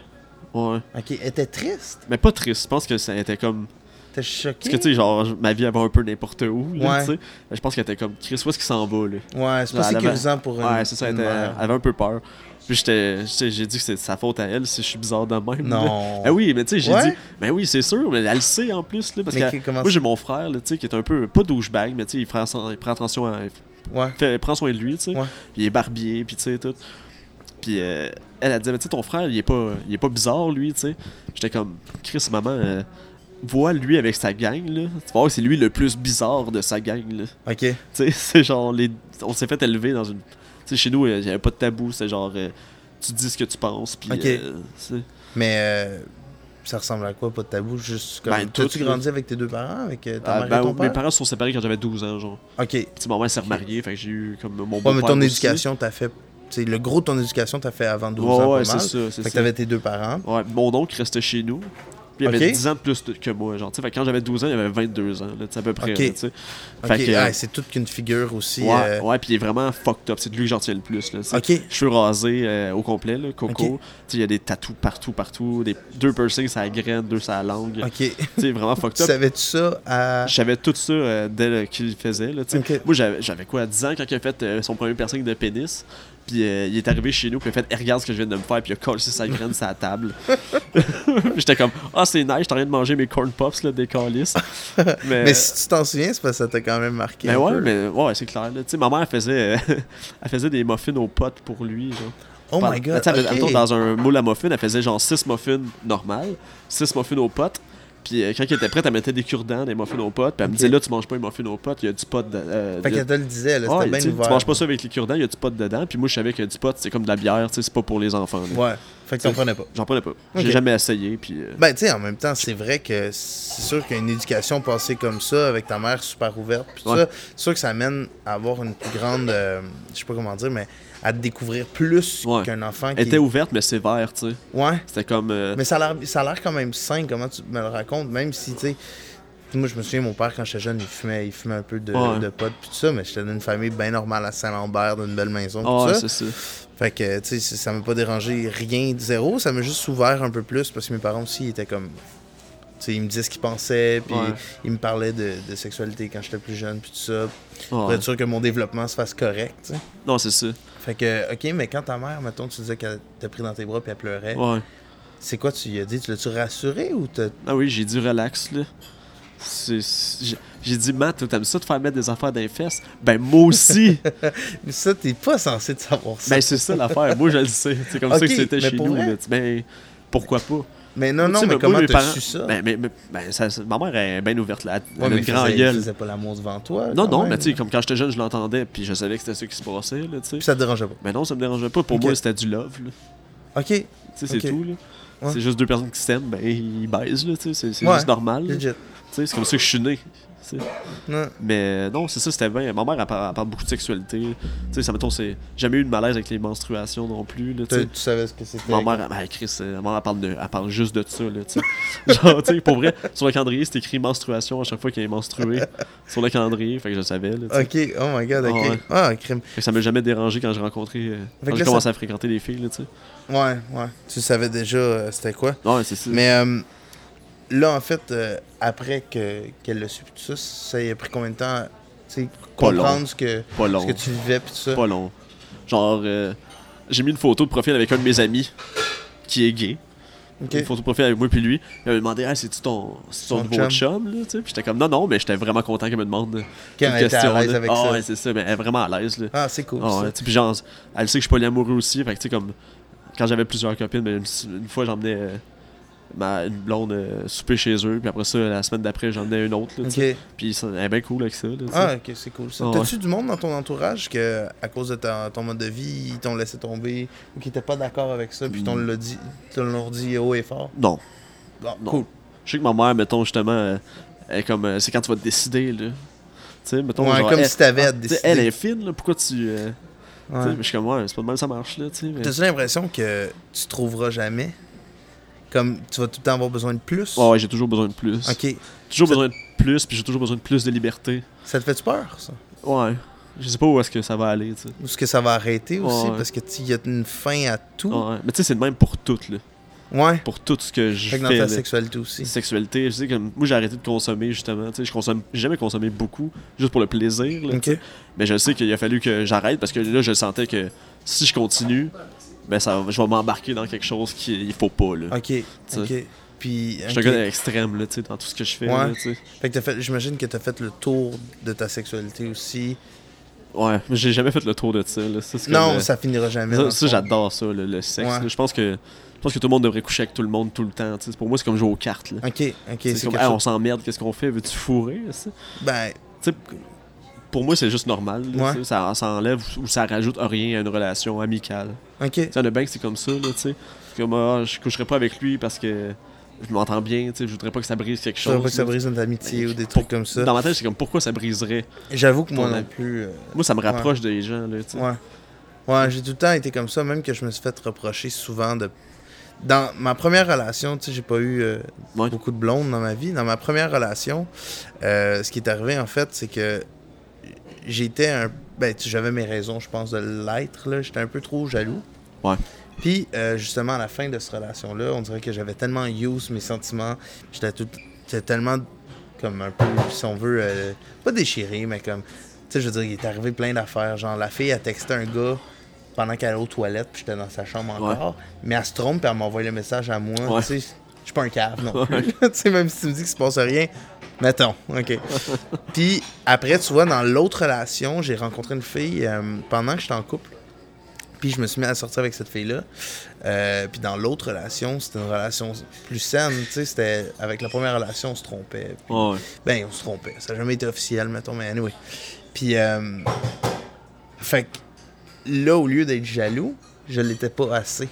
Ouais.
ok, elle était triste.
Mais pas triste, je pense que ça était comme.
T'es choqué.
Parce que, tu sais, genre, je- ma vie, elle va un peu n'importe où, là,
Ouais.
tu sais. Mais Je pense qu'elle était comme, Chris, où est-ce qu'il s'en va, là?
Ouais, c'est pas
Ouais, elle avait-
sécurisant pour une.
Ouais, c'est ça, elle,
une
était-
mère.
elle avait un peu peur. Puis j'étais, tu sais, j'ai dit que c'est de sa faute à elle si je suis bizarre de même. là.
Non.
Ah oui, mais tu sais, j'ai
Ouais?
dit, ben oui, c'est sûr, mais elle le sait en plus, là, parce
Mais
que
qui- comment
moi
ça-
j'ai mon frère, là, tu sais, qui est un peu, pas douchebag, mais tu sais, il, prend son- il prend attention à, il
Ouais.
fait- il prend soin de lui, tu sais.
Ouais.
Puis il est barbier, puis tu sais, tout. Puis euh, elle a dit, mais tu sais, ton frère, il est pas, il est pas bizarre, lui, tu sais. J'étais comme, Chris, maman, euh, vois lui avec sa gang, là. Tu vas voir que c'est lui le plus bizarre de sa gang, là.
Ok.
Tu sais, c'est genre, les... on s'est fait élever dans une. Tu sais, chez nous, il n'y avait pas de tabou, c'est genre, euh, tu dis ce que tu penses, puis.
Ok.
euh, c'est-
Mais euh, ça ressemble à quoi, pas de tabou Juste comme.
Ben,
T'as-tu
tout,
grandi avec tes deux parents Avec euh, ta
Ah,
mère
ben,
et ton
mes
père
parents se sont séparés quand j'avais 12 ans, genre.
Ok. Ouais,
Puis ma mère s'est remariée, fait que j'ai eu comme mon
mais
beau-père
ton
aussi.
éducation, t'as fait. t'sais, le gros de ton éducation, t'as fait avant 12
Ouais,
ans.
ouais,
pas
c'est
mal.
ça,
Fait
c'est
que
ça.
t'avais tes deux parents.
Ouais, mon oncle restait chez nous. Puis il avait
Ok.
10 ans de plus que moi, genre. Tu sais, fait que quand j'avais 12 ans, il avait 22 ans, là, tu sais, à peu près,
Ok.
là, tu sais.
Ok.
Fait que. euh,
ah, c'est toute qu'une figure aussi.
ouais,
euh,
ouais, puis il est vraiment fucked up. C'est de lui que j'en tiens le plus, là, tu sais.
Ok.
Je suis rasé euh, au complet, là,
Ok.
coco. Tu sais, il y a des tatous partout, partout. Des... Deux piercings, ça graine, deux, ça langue.
Ok. tu
Tu sais, vraiment fucked up.
savais-tu ça à.
Je savais tout ça euh, dès le- qu'il faisait. Là, tu sais.
Ok.
Moi, j'avais j'avais quoi, 10 ans quand il a fait euh, son premier piercing de pénis. Puis euh, il est arrivé chez nous, puis il a fait Eh, Regarde ce que je viens de me faire, puis il a collé sa graine sur la table. Puis J'étais comme Ah, c'est nice, j'étais en train de manger mes corn pops, là, des calices. mais,
Mais si tu t'en souviens, c'est parce que ça t'a quand même marqué.
mais
un
Ben ouais,
peu.
mais ouais, c'est clair. là. Tu sais, ma mère, elle faisait, euh, elle faisait des muffins aux potes pour lui. Genre.
Oh
Par- ben,
my
tu
god.
sais, elle faisait-
ok.
mettons, dans un moule à muffins, elle faisait genre 6 muffins normales, 6 muffins aux potes. Puis euh, quand elle était prête, elle mettait des cure-dents, des muffins aux potes. Puis elle me
Ok.
disait là, tu manges pas les muffins aux potes, il y a du pot. de- euh,
Fait
il y a-
qu'elle te le disait, là,
Ouais,
c'était
tu sais,
bien ouvert.
Tu manges pas ça avec les cure-dents, il y a du pot dedans. Puis moi, je savais que du pot, c'est comme de la bière, tu sais, c'est pas pour les enfants. là.
Ouais. Fait que t'en
Tu-
prenais pas.
J'en prenais pas.
Ok.
J'ai jamais essayé. Puis euh,
Ben, tu sais, en même temps, c'est vrai que c'est sûr qu'une éducation passée comme ça, avec ta mère super ouverte, puis tout
Ouais.
ça, c'est sûr que ça amène à avoir une plus grande. euh, je sais pas comment dire, mais à te découvrir plus
Ouais.
qu'un enfant qui.
elle était ouverte, mais sévère, tu sais.
Ouais.
C'était comme. euh,
Mais ça a l'air- ça a l'air quand même sain, comment tu me le racontes, même si, tu sais. Moi, je me souviens, mon père, quand j'étais jeune, il fumait, il fumait un peu de,
Ouais.
de potes, puis tout ça, mais j'étais d'une famille bien normale à Saint-Lambert, d'une belle maison,
Ah,
tout
ouais,
ça.
c'est ça.
Fait que, tu sais, ça- ça m'a pas dérangé rien de zéro. Ça m'a juste ouvert un peu plus parce que mes parents aussi ils étaient comme. Tu sais, ils me disaient ce qu'ils pensaient, puis
Ouais.
ils me parlaient de, de sexualité quand j'étais plus jeune, puis tout ça. Pour
Ouais.
être sûr que mon développement se fasse correct, tu sais.
Ah, Non, c'est ça.
Fait que, ok, mais quand ta mère, mettons, tu disais qu'elle t'a pris dans tes bras puis elle pleurait,
Ouais.
c'est quoi tu lui as dit Tu l'as-tu rassuré ou t'as.
Ah oui, j'ai dit relax, là. C'est- c'est- j'ai- J'ai dit, Matt, toi, t'aimes ça te faire mettre des affaires dans les fesses? Ben, moi aussi!
Mais Ça, t'es pas censé de savoir ça.
ben, c'est ça l'affaire. Moi, je le sais. C'est comme ça
Ok,
que c'était
mais
chez
pour
nous.
vrai?
là. Ben, pourquoi pas?
mais non,
Tu
non,
sais,
mais
moi,
comment
mes
t'as
parents-
su ça
Ben, mais- mais- ben, ça- ça- ma mère elle est bien ouverte, là. Elle
Ouais,
a
mais
une
il
grande
faisait- il
gueule.
faisait pas l'amour devant toi.
Non,
quand
non,
même.
mais tu sais, comme quand j'étais jeune, je l'entendais, puis je savais que c'était ça qui se passait, là,
Puis
tu sais.
ça te dérangeait pas.
Mais non, ça me dérangeait pas. Pour
Ok.
moi, c'était du love, là.
Ok,
Tu sais, c'est
Ok.
tout, là.
Ouais.
C'est juste deux personnes qui s'aiment, ben, ils baisent, là, tu sais. C'est c'est
Ouais.
juste normal. là. Tu
legit.
sais, c'est comme ça que je suis né. tu sais.
Non.
Mais non, c'est ça, c'était bien. Ma mère, elle parle, elle parle beaucoup de sexualité. Tu sais, ça mettons, c'est jamais eu de malaise avec les menstruations non plus. Là, tu
T'as-
sais.
Tu savais ce que c'était.
Ma mère, elle, ben, Chris, euh, ma mère, elle parle, de- elle parle juste de ça. Là, tu sais. Genre, tu sais, pour vrai, sur le calendrier, c'est écrit menstruation à chaque fois qu'elle est menstruée. sur le calendrier, fait que je le savais. Là, tu sais.
Ok, oh my god, ok.
Ah ouais.
Ah, crime.
Fait que ça m'a jamais dérangé quand j'ai rencontré. euh,
Fait que
quand
là,
j'ai
ça-
commencé à fréquenter les filles. Là, tu sais.
Ouais, ouais. Tu savais déjà euh, c'était quoi.
Ouais, c'est ça.
Mais euh, là, en fait, euh, après que- qu'elle l'a su, pis tout ça, ça y a pris combien de temps à tu sais, comprendre
long.
ce que,
Pas
ce
long.
que tu vivais, puis tout ça.
Pas long. Genre, euh, j'ai mis une photo de profil avec un de mes amis qui est gay.
Ok.
une photo de profil avec moi puis lui. Il m'a demandé Ah, c'est-tu ton, c'est-tu ton
Ton chum.
nouveau chum, là, tu sais? Puis j'étais comme Non, non, mais j'étais vraiment content qu'elle me demande
Qu'elle
cette
était à l'aise
là.
avec
Ah
ça.
ouais, c'est ça, mais elle est vraiment à l'aise, là.
Ah, c'est cool.
Ah ouais,
ça.
tu sais, puis genre, elle sait que je suis polyamoureux aussi, fait que tu sais, comme. quand j'avais plusieurs copines, ben, une, une fois j'emmenais euh, ma une blonde euh, souper chez eux, puis après ça, la semaine d'après, j'emmenais une autre. là, tu
Ok.
sais. Puis ça- elle est bien cool avec ça. là, tu sais.
Ah, ok, c'est cool ça.
Ouais.
T'as-tu du monde dans ton entourage que, à cause de ta- ton mode de vie, ils t'ont laissé tomber ou qui n'étaient pas d'accord avec ça, puis t'ont l'a dit- t'ont l'ont dit haut et fort?
Non.
Bon,
Mm. Non.
cool.
Je sais que ma mère, mettons, justement, euh, elle est comme. euh, c'est quand tu vas te décider, là. Tu sais, mettons.
Ouais,
genre,
comme
elle- Ah,
si t'avais à te
tu sais,
décider.
Elle est fine, là. Pourquoi tu. euh, tu sais,
Ouais.
mais je suis comme, ouais, c'est pas de mal, ça marche, là, tu sais. mais-
T'as-tu l'impression que tu trouveras jamais? Comme tu vas tout le temps avoir besoin de plus?
Ouais, ouais, j'ai toujours besoin de plus.
Ok.
Toujours
Ça-
besoin de plus, puis j'ai toujours besoin de plus de liberté.
Ça te fait-tu peur, ça?
Ouais. Je sais pas où est-ce que ça va aller, tu sais.
Ou est-ce que ça va arrêter aussi?
Ouais.
Parce que tu- il y a une fin à tout.
Ouais. Mais tu sais, c'est le même pour tout, là.
Ouais.
Pour tout ce que je
Fait
fais.
que dans ta
là.
sexualité aussi.
Sexualité, je sais que moi j'ai arrêté de consommer justement, tu sais, je consomme, j'ai jamais consommé beaucoup, juste pour le plaisir, là,
Ok.
Mais je sais qu'il a fallu que j'arrête parce que là, je sentais que si je continue, ben ça, va- je vais m'embarquer dans quelque chose qu'il faut pas. Là.
Ok.
sais.
Ok. Puis.
Je suis un
ok.
gars extrême là, tu sais, dans tout ce que je fais. là,
Ouais.
tu sais.
Fait que t'as fait, j'imagine que t'as fait le tour de ta sexualité aussi.
ouais, mais j'ai jamais fait le tour de ça. Là. Ça, c'est
non,
comme, euh,
ça finira jamais. dans
ça,
le
ça,
fond.
j'adore ça, le, le sexe.
Ouais.
là. Je pense que je pense que tout le monde devrait coucher avec tout le monde tout le temps. tu sais. Pour moi, c'est comme jouer aux cartes. Là.
Ok, ok,
C'est
c'est
comme,
quelque
Ah, on
chose.
s'emmerde, qu'est-ce qu'on fait Veux-tu fourrer ça?
Ben,
Tu sais, Pour moi, c'est juste normal. là,
Ouais.
tu sais. Ça, ça enlève ou ça rajoute rien à une relation amicale.
ok.
Tu sais, il y en a bien que c'est comme ça, là, tu sais. C'est Comme, ah, je coucherai pas avec lui parce que je m'entends bien, tu sais, je voudrais pas que ça brise quelque
Je veux
chose.
pas que ça brise notre amitié ou des trucs comme ça.
Dans ma tête, c'est comme, pourquoi ça briserait
J'avoue que moi
Ton
non
ami.
plus. euh,
Moi, ça me rapproche des gens, là, tu sais.
Ouais. Ouais, j'ai tout le temps été comme ça, même que je me suis fait reprocher souvent de. Dans ma première relation, tu sais, j'ai pas eu euh,
Ouais.
beaucoup de blondes dans ma vie. Dans ma première relation, euh, ce qui est arrivé, en fait, c'est que j'étais un. Ben, tu sais, j'avais mes raisons, je pense, de l'être, là. J'étais un peu trop jaloux.
Ouais.
Puis, euh, justement, à la fin de cette relation-là, on dirait que j'avais tellement use mes sentiments. J'étais tout. J'étais tellement, comme un peu, si on veut, euh, pas déchiré, mais comme. Tu sais, je veux dire, il est arrivé plein d'affaires. Genre, la fille a texté un gars pendant qu'elle allait aux toilettes, puis j'étais dans sa chambre encore. Mais elle se trompe, puis elle m'envoie le message à moi.
Ouais.
Tu sais, je suis pas un cave, non. plus. tu sais, même si tu me dis qu'il se passe rien, mettons. OK. puis après, tu vois, dans l'autre relation, j'ai rencontré une fille euh, pendant que j'étais en couple. Puis je me suis mis à sortir avec cette fille-là. Euh, puis dans l'autre relation, c'était une relation plus saine. Tu sais, c'était avec la première relation, on se trompait.
Ouais.
Ben, on se trompait. Ça n'a jamais été officiel, mettons, mais anyway. Puis, euh, fait que là, au lieu d'être jaloux, je l'étais pas assez.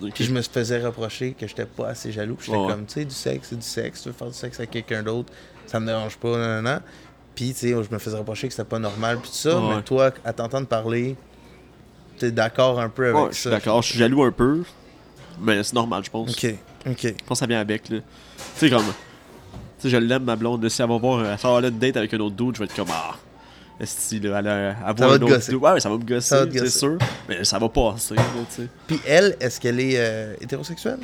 Donc,
Puis je me faisais reprocher que j'étais pas assez jaloux. Puis j'étais
Ouais, ouais.
comme, tu sais, du sexe, c'est du sexe. Tu veux faire du sexe avec quelqu'un d'autre, ça me dérange pas, non, non, non. Puis, tu sais, je me faisais reprocher que c'était pas normal, puis tout ça.
Ouais,
Mais
ouais.
toi, à t'entendre parler, t'es d'accord un peu avec
ouais, je suis
ça.
d'accord, je suis jaloux un peu, mais c'est normal, je pense.
Ok, ok.
Je pense que ça vient avec, là. Tu sais, comme, tu sais, je l'aime, ma blonde, là, si elle va voir, elle sort là une date avec un autre dude, je vais être comme, ah, est-ce elle, a- elle,
va
va voir
te
un autre
gosser.
dude. Ouais, ouais, ça va me
Ça va
gosser,
te
c'est
gosser.
sûr, mais ça va passer, là, tu sais.
Puis elle, est-ce qu'elle est, euh, hétérosexuelle?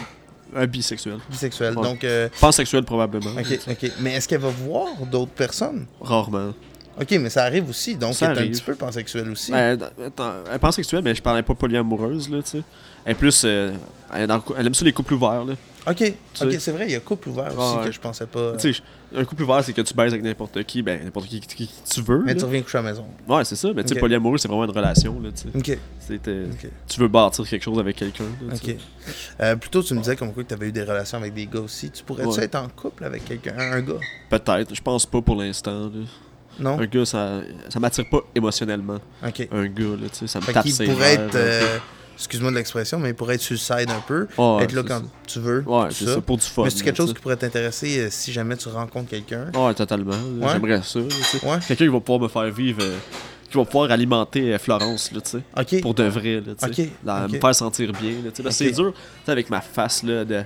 Un bisexuel.
Bisexuelle.
Ouais.
Donc, euh,
Pansexuel, probablement.
ok, ok. Mais est-ce qu'elle va voir d'autres personnes?
Rarement.
Ok, mais ça arrive aussi, donc
Ça
elle est un
arrive.
petit peu pansexuel aussi.
Ben, attends, elle est pansexuelle, mais je parlais pas polyamoureuse, là, tu sais. Elle est plus. euh, elle, est dans- elle aime ça les couples ouverts, là.
ok,
sais-
ok, c'est vrai, il y a couple ouvert aussi
Ouais, ouais.
que je pensais pas.
Tu sais, un couple ouvert, c'est que tu baises avec n'importe qui, ben, n'importe qui, qui- qui tu veux.
mais tu
là.
reviens coucher à la maison.
Ouais, c'est ça, mais tu sais,
Ok.
polyamoureux, c'est vraiment une relation, là, tu sais.
Ok,
C'est, euh,
ok,
Tu veux bâtir quelque chose avec quelqu'un, là, tu
ok.
sais.
Euh, plutôt, tu me disais comme quoi que tu avais eu des relations avec des gars aussi. Tu pourrais-tu
Ouais.
être en couple avec quelqu'un, un gars
Peut-être, je pense pas pour l'instant, là.
Non
Un gars, ça, ça m'attire pas émotionnellement.
Ok.
Un gars, là, tu sais, ça me
Fait
tape
qu'il
ses
pourrait
nerfs,
être. euh, Excuse-moi de l'expression, mais il pourrait être suicide un peu,
Ouais,
être là
c'est
quand
ça.
tu veux.
Ouais,
tout
c'est ça, pour du fun.
mais c'est
là,
quelque
tu
chose
sais.
qui pourrait t'intéresser euh, si jamais tu rencontres quelqu'un.
Ouais, totalement. là.
Ouais.
J'aimerais ça. là, tu sais.
Ouais.
Quelqu'un qui va pouvoir me faire vivre, euh, qui va pouvoir alimenter euh, Florence, là, tu sais.
Ok.
Pour de vrai, là, tu sais.
Ok,
Dans-
ok.
Me faire sentir bien, là, tu sais. Parce que
Ok.
c'est dur, tu sais, avec ma face, là, de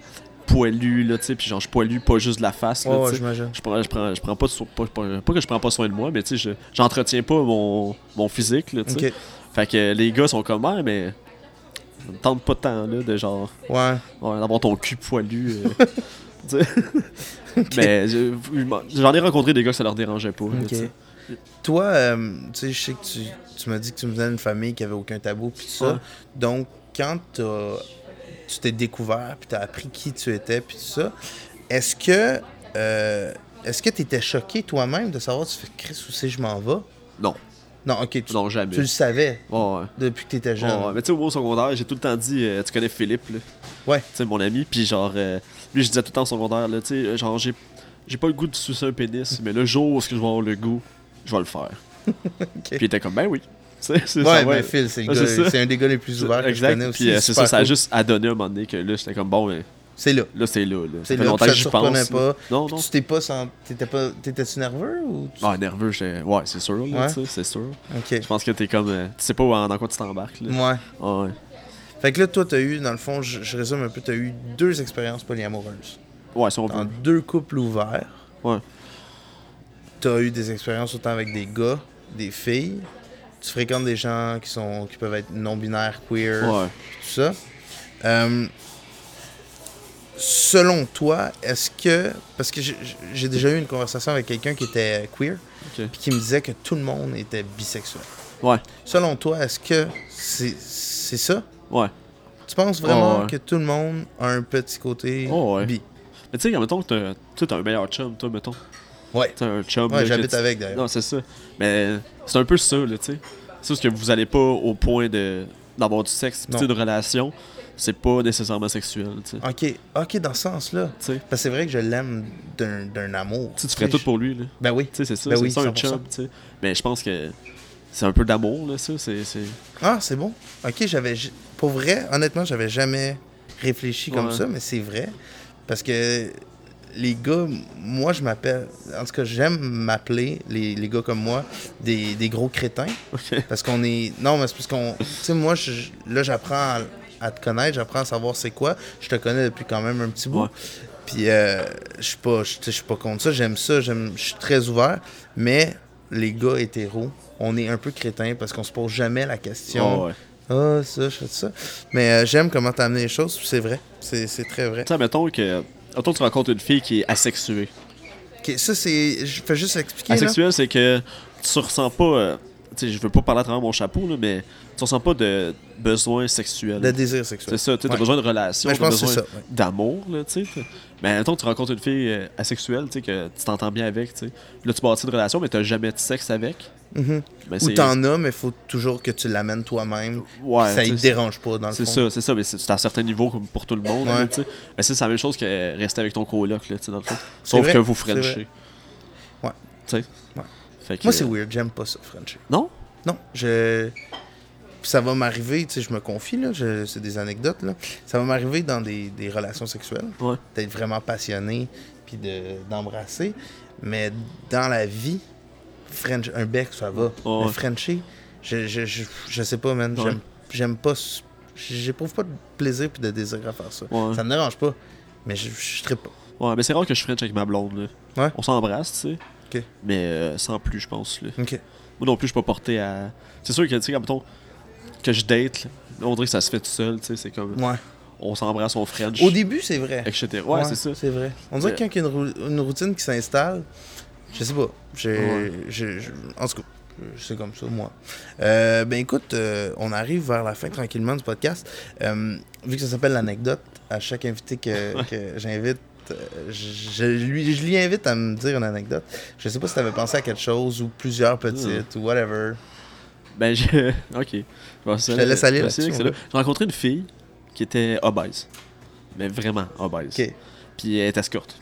poilu, là, tu sais. Puis genre, je suis poilu, pas juste de la face, là,
Ouais,
tu
ouais,
sais.
j'imagine.
Je prends, je prends, je prends pas, de so- pas, pas- pas que je prends pas soin de moi, mais tu sais, je- j'entretiens pas mon, mon physique, là, tu sais.
Ok,
Fait que euh, les gars sont comme, ouais, mais. Ça me tente pas tant, là, de genre.
ouais.
Ouais, d'avoir ton cul poilu. euh, tu sais. Mais je- j'en ai rencontré des gars que ça leur dérangeait pas. là,
Ok.
tu sais.
Toi, euh, tu sais, je sais que tu, tu m'as dit que tu venais d'une famille qui avait aucun tabou, puis tout ça.
Ouais.
Donc, quand t'as- tu t'es découvert, puis tu as appris qui tu étais, puis tout ça, est-ce que. euh, est-ce que tu étais choqué toi-même de savoir, tu fais Chris, où c'est je m'en vais?
Non.
Non, ok, tu,
Non, jamais.
tu le savais
Ouais, ouais.
depuis que t'étais jeune.
Ouais, ouais. euh, mais tu sais, au moins au secondaire, j'ai tout le temps dit, euh, tu connais Philippe, là.
Ouais.
Tu sais, mon ami, puis genre, euh, lui, je disais tout le temps au secondaire, là, tu sais, euh, genre, j'ai, j'ai pas le goût de sucer un pénis, mais le jour où est-ce que je vais avoir le goût, je vais le faire. Puis il était comme, ben oui. Tu sais, c'est
Ouais,
ça,
mais Phil, c'est, le
Ouais,
gars-
c'est ça.
c'est un des gars les plus ouverts que je connais
Exact,
aussi.
puis euh, c'est
super
ça, ça a
cool.
juste à donner un moment donné que là, j'étais comme, bon, ben,
C'est là.
là, c'est là, là. Ça
C'est
fait
là,
longtemps
puis
que
ça
j'y
te surprenait
pense. là.
pas.
Non,
Puis
non.
Tu t'es pas sans... T'étais pas... T'étais-tu nerveux ou... tu-
Ah, nerveux, j'étais. Ouais, c'est sûr, là,
Ouais.
tu sais, c'est sûr.
Ok.
Je pense que t'es comme. euh, tu sais pas où- dans quoi tu t'embarques, là.
Ouais.
Ah, ouais.
Fait que là, toi, t'as eu, dans le fond, je, je résume un peu, t'as eu deux expériences polyamoureuses.
Ouais, si on
Dans
veut.
deux couples ouverts,
Ouais.
t'as eu des expériences autant avec des gars, des filles. Tu fréquentes des gens qui sont qui peuvent être non-binaires, queer,
Ouais.
tout ça. Euh, selon toi, est-ce que... Parce que j'ai- j'ai déjà eu une conversation avec quelqu'un qui était queer,
Ok.
puis qui me disait que tout le monde était bisexuel.
Ouais.
Selon toi, est-ce que c'est c'est ça?
Ouais.
Tu penses vraiment
Ouais, ouais.
que tout le monde a un petit côté
Ouais, ouais.
bi?
Mais tu sais, mettons que t'as- tu sais, t'as un meilleur chum, toi, mettons.
Ouais.
T'as un chum. là,
Ouais,
que
j'habite
tu-
avec d'ailleurs.
Non, c'est ça. Mais c'est un peu ça, là, tu sais. C'est juste que vous allez pas au point de d'avoir du sexe, puis tu sais, de relation. C'est pas nécessairement sexuel, tu sais.
Ok, ok, dans ce sens-là.
Tu sais.
Parce que c'est vrai que je l'aime d'un d'un amour.
Tu sais, tu ferais
sais,
tout
je-
pour lui, là.
Ben oui.
Tu sais, c'est ça,
Ben
c'est
oui,
ça un
100%.
chum, tu sais. Mais je pense que c'est un peu d'amour, là, ça. C'est. c'est-
Ah, c'est bon. Ok, j'avais. j- Pour vrai, honnêtement, j'avais jamais réfléchi comme
Ouais.
ça, mais c'est vrai. Parce que les gars, moi, je m'appelle. En tout cas, j'aime m'appeler, les, les gars comme moi, des, des gros crétins. Parce qu'on est. Non, mais c'est parce qu'on. Tu sais, moi, je- je- là, j'apprends à, à te connaître, j'apprends à savoir c'est quoi. Je te connais depuis quand même un petit bout.
Ouais.
Puis, euh, je suis pas, je tu sais, je suis pas contre ça. J'aime ça. j'aime- Je suis très ouvert. Mais les gars hétéros, on est un peu crétins parce qu'on se pose jamais la question.
Ah, ouais.
Ah, ça, je fais ça. Mais euh, j'aime comment t'as amené les choses. puis C'est vrai. C'est c'est très vrai.
Tu sais, mettons que. Mettons que tu rencontres une fille qui est asexuée.
Ok, ça, c'est. Je fais juste expliquer. là.
Asexuel, c'est que tu ressens pas. euh, tu sais, je veux pas parler à travers mon chapeau, là, mais tu ressens pas de besoin sexuel.
Le désir sexuel.
C'est ça, tu sais, t'as
Ouais.
besoin de relations,
Mais
t'as
je pense que
besoin
c'est ça, ouais.
d'amour, là, tu sais. t'as- Mais mettons que tu rencontres une fille euh, asexuelle, tu sais, que tu t'entends bien avec, tu sais. Là, tu bâtis une relation, mais t'as jamais de sexe avec.
Mhm.
Ben,
Ou
c'est-
t'en as, mais faut toujours que tu l'amènes toi-même.
Ouais,
ça
tu
ne
sais,
dérange pas, dans le fond.
C'est ça, c'est ça, mais c'est c'est à un certain niveau comme pour tout le monde,
Ouais.
là, tu sais. Mais c'est c'est la même chose que rester avec ton coloc, là, tu sais, dans le fond. Sauf
vrai,
que vous
c'est vrai.
frenchez.
Ouais.
Tu sais.
Ouais.
Fait que-
Moi, c'est weird. J'aime pas ça, Frenchie.
Non?
Non, je. Puis ça va m'arriver, tu sais, je me confie, là, je- c'est des anecdotes, là. Ça va m'arriver dans des, des relations sexuelles,
Ouais.
d'être vraiment passionné, puis de- d'embrasser. Mais dans la vie, French, un bec, ça va.
Ouais.
Mais Frenchie, je, je, je, je sais pas, man.
Ouais.
J'aime- J'aime pas. s- J'éprouve pas de plaisir puis de désir à faire ça.
Ouais.
Ça me dérange pas, mais je, je trippe pas.
Ouais, mais c'est rare que je french avec ma blonde, là.
Ouais.
On s'embrasse, tu sais.
Ok.
Mais euh, sans plus, je pense, là.
Ok.
Moi non plus, je suis pas porté à. C'est sûr que, tu sais, quand mettons, que je date, là, on dirait que ça se fait tout seul, tu sais, c'est comme.
Ouais.
On s'embrasse, on French.
Au début, c'est vrai.
etc. Ouais, c'est ça.
C'est vrai. On dirait que quand il y a une, rou- une routine qui s'installe, je sais pas. J'ai,
Ouais.
j'ai- je- en tout cas, c'est comme ça, moi. Euh, ben écoute, euh, on arrive vers la fin tranquillement du podcast. Euh, vu que ça s'appelle l'anecdote, à chaque invité que, que j'invite, euh, je, je lui, je lui invite à me dire une anecdote. Je sais pas si t'avais pensé à quelque chose ou plusieurs
Hmm.
petites ou whatever.
Ben, j'ai. ok. Bon,
Je te laisse aller
c'est-
là-dessus,
c'est- c'est
on
là. J'ai rencontré une fille qui était obèse. Mais vraiment obèse.
Ok.
Puis elle était escorte.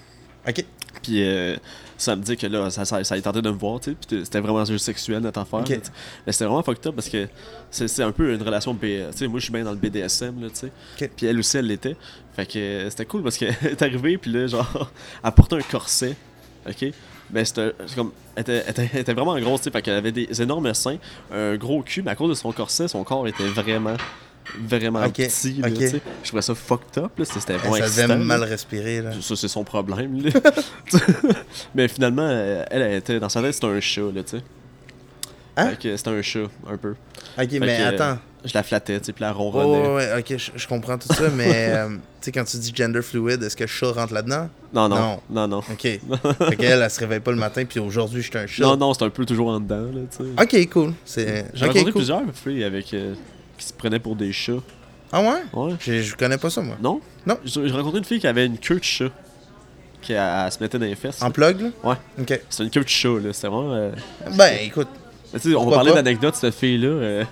Ok.
Puis euh, ça me dit que là, ça, ça, ça a tenté de me voir, tu sais. Puis t- c'était vraiment un jeu sexuel, notre affaire.
Ok.
là, tu sais. Mais c'était vraiment fucked up parce que c'est c'est un peu une relation. B- Tu sais, moi, je suis bien dans le BDSM, là, tu sais.
Ok.
Puis elle aussi, elle l'était. Fait que euh, c'était cool parce qu'elle est arrivée, puis là, genre, elle portait un corset, ok? Mais c'était c'est comme. Elle était, elle était- elle était vraiment grosse, tu sais. Fait qu'elle avait des énormes seins, un gros cul, mais à cause de son corset, son corps était vraiment. Vraiment
Ok,
petit, là,
ok.
tu sais. Je trouvais ça fucked up, là. C'était c'était vraiment
ça devait
excitant, là.
mal respirer là.
Ça, c'est son problème. là. Mais finalement, euh, elle, elle était dans sa tête, c'était un chat, là, tu sais.
Hein?
Fait que C'était un chat, un peu.
Ok,
Fait
mais
que, euh,
attends.
Je la flattais, tu sais, puis elle
Ouais,
ronronnait.
Oh, ouais, ouais, ok, je, je comprends tout ça, mais euh, tu sais, quand tu dis gender fluid, est-ce que chat rentre là-dedans?
Non,
Non.
non, non, non.
Ok. fait qu'elle, elle se réveille pas le matin, puis aujourd'hui, je suis un chat.
Non, non, c'est un peu toujours en dedans, là, tu sais.
Ok, cool. C'est...
J'ai
ok,
rencontré
cool.
plusieurs filles avec, euh, qui se prenaient pour des chats.
Ah ouais?
Ouais.
J'ai- Je connais pas ça, moi.
Non?
Non.
J'ai j'ai rencontré une fille qui avait une queue de chat. Qui elle, elle se mettait dans les fesses.
En plug, là?
Ouais.
Ok.
C'était une queue de chat, là. C'était vraiment. euh,
Ben, écoute,
Mais tu sais, on va
Pourquoi
parler
pas?
d'anecdotes, cette fille-là. euh,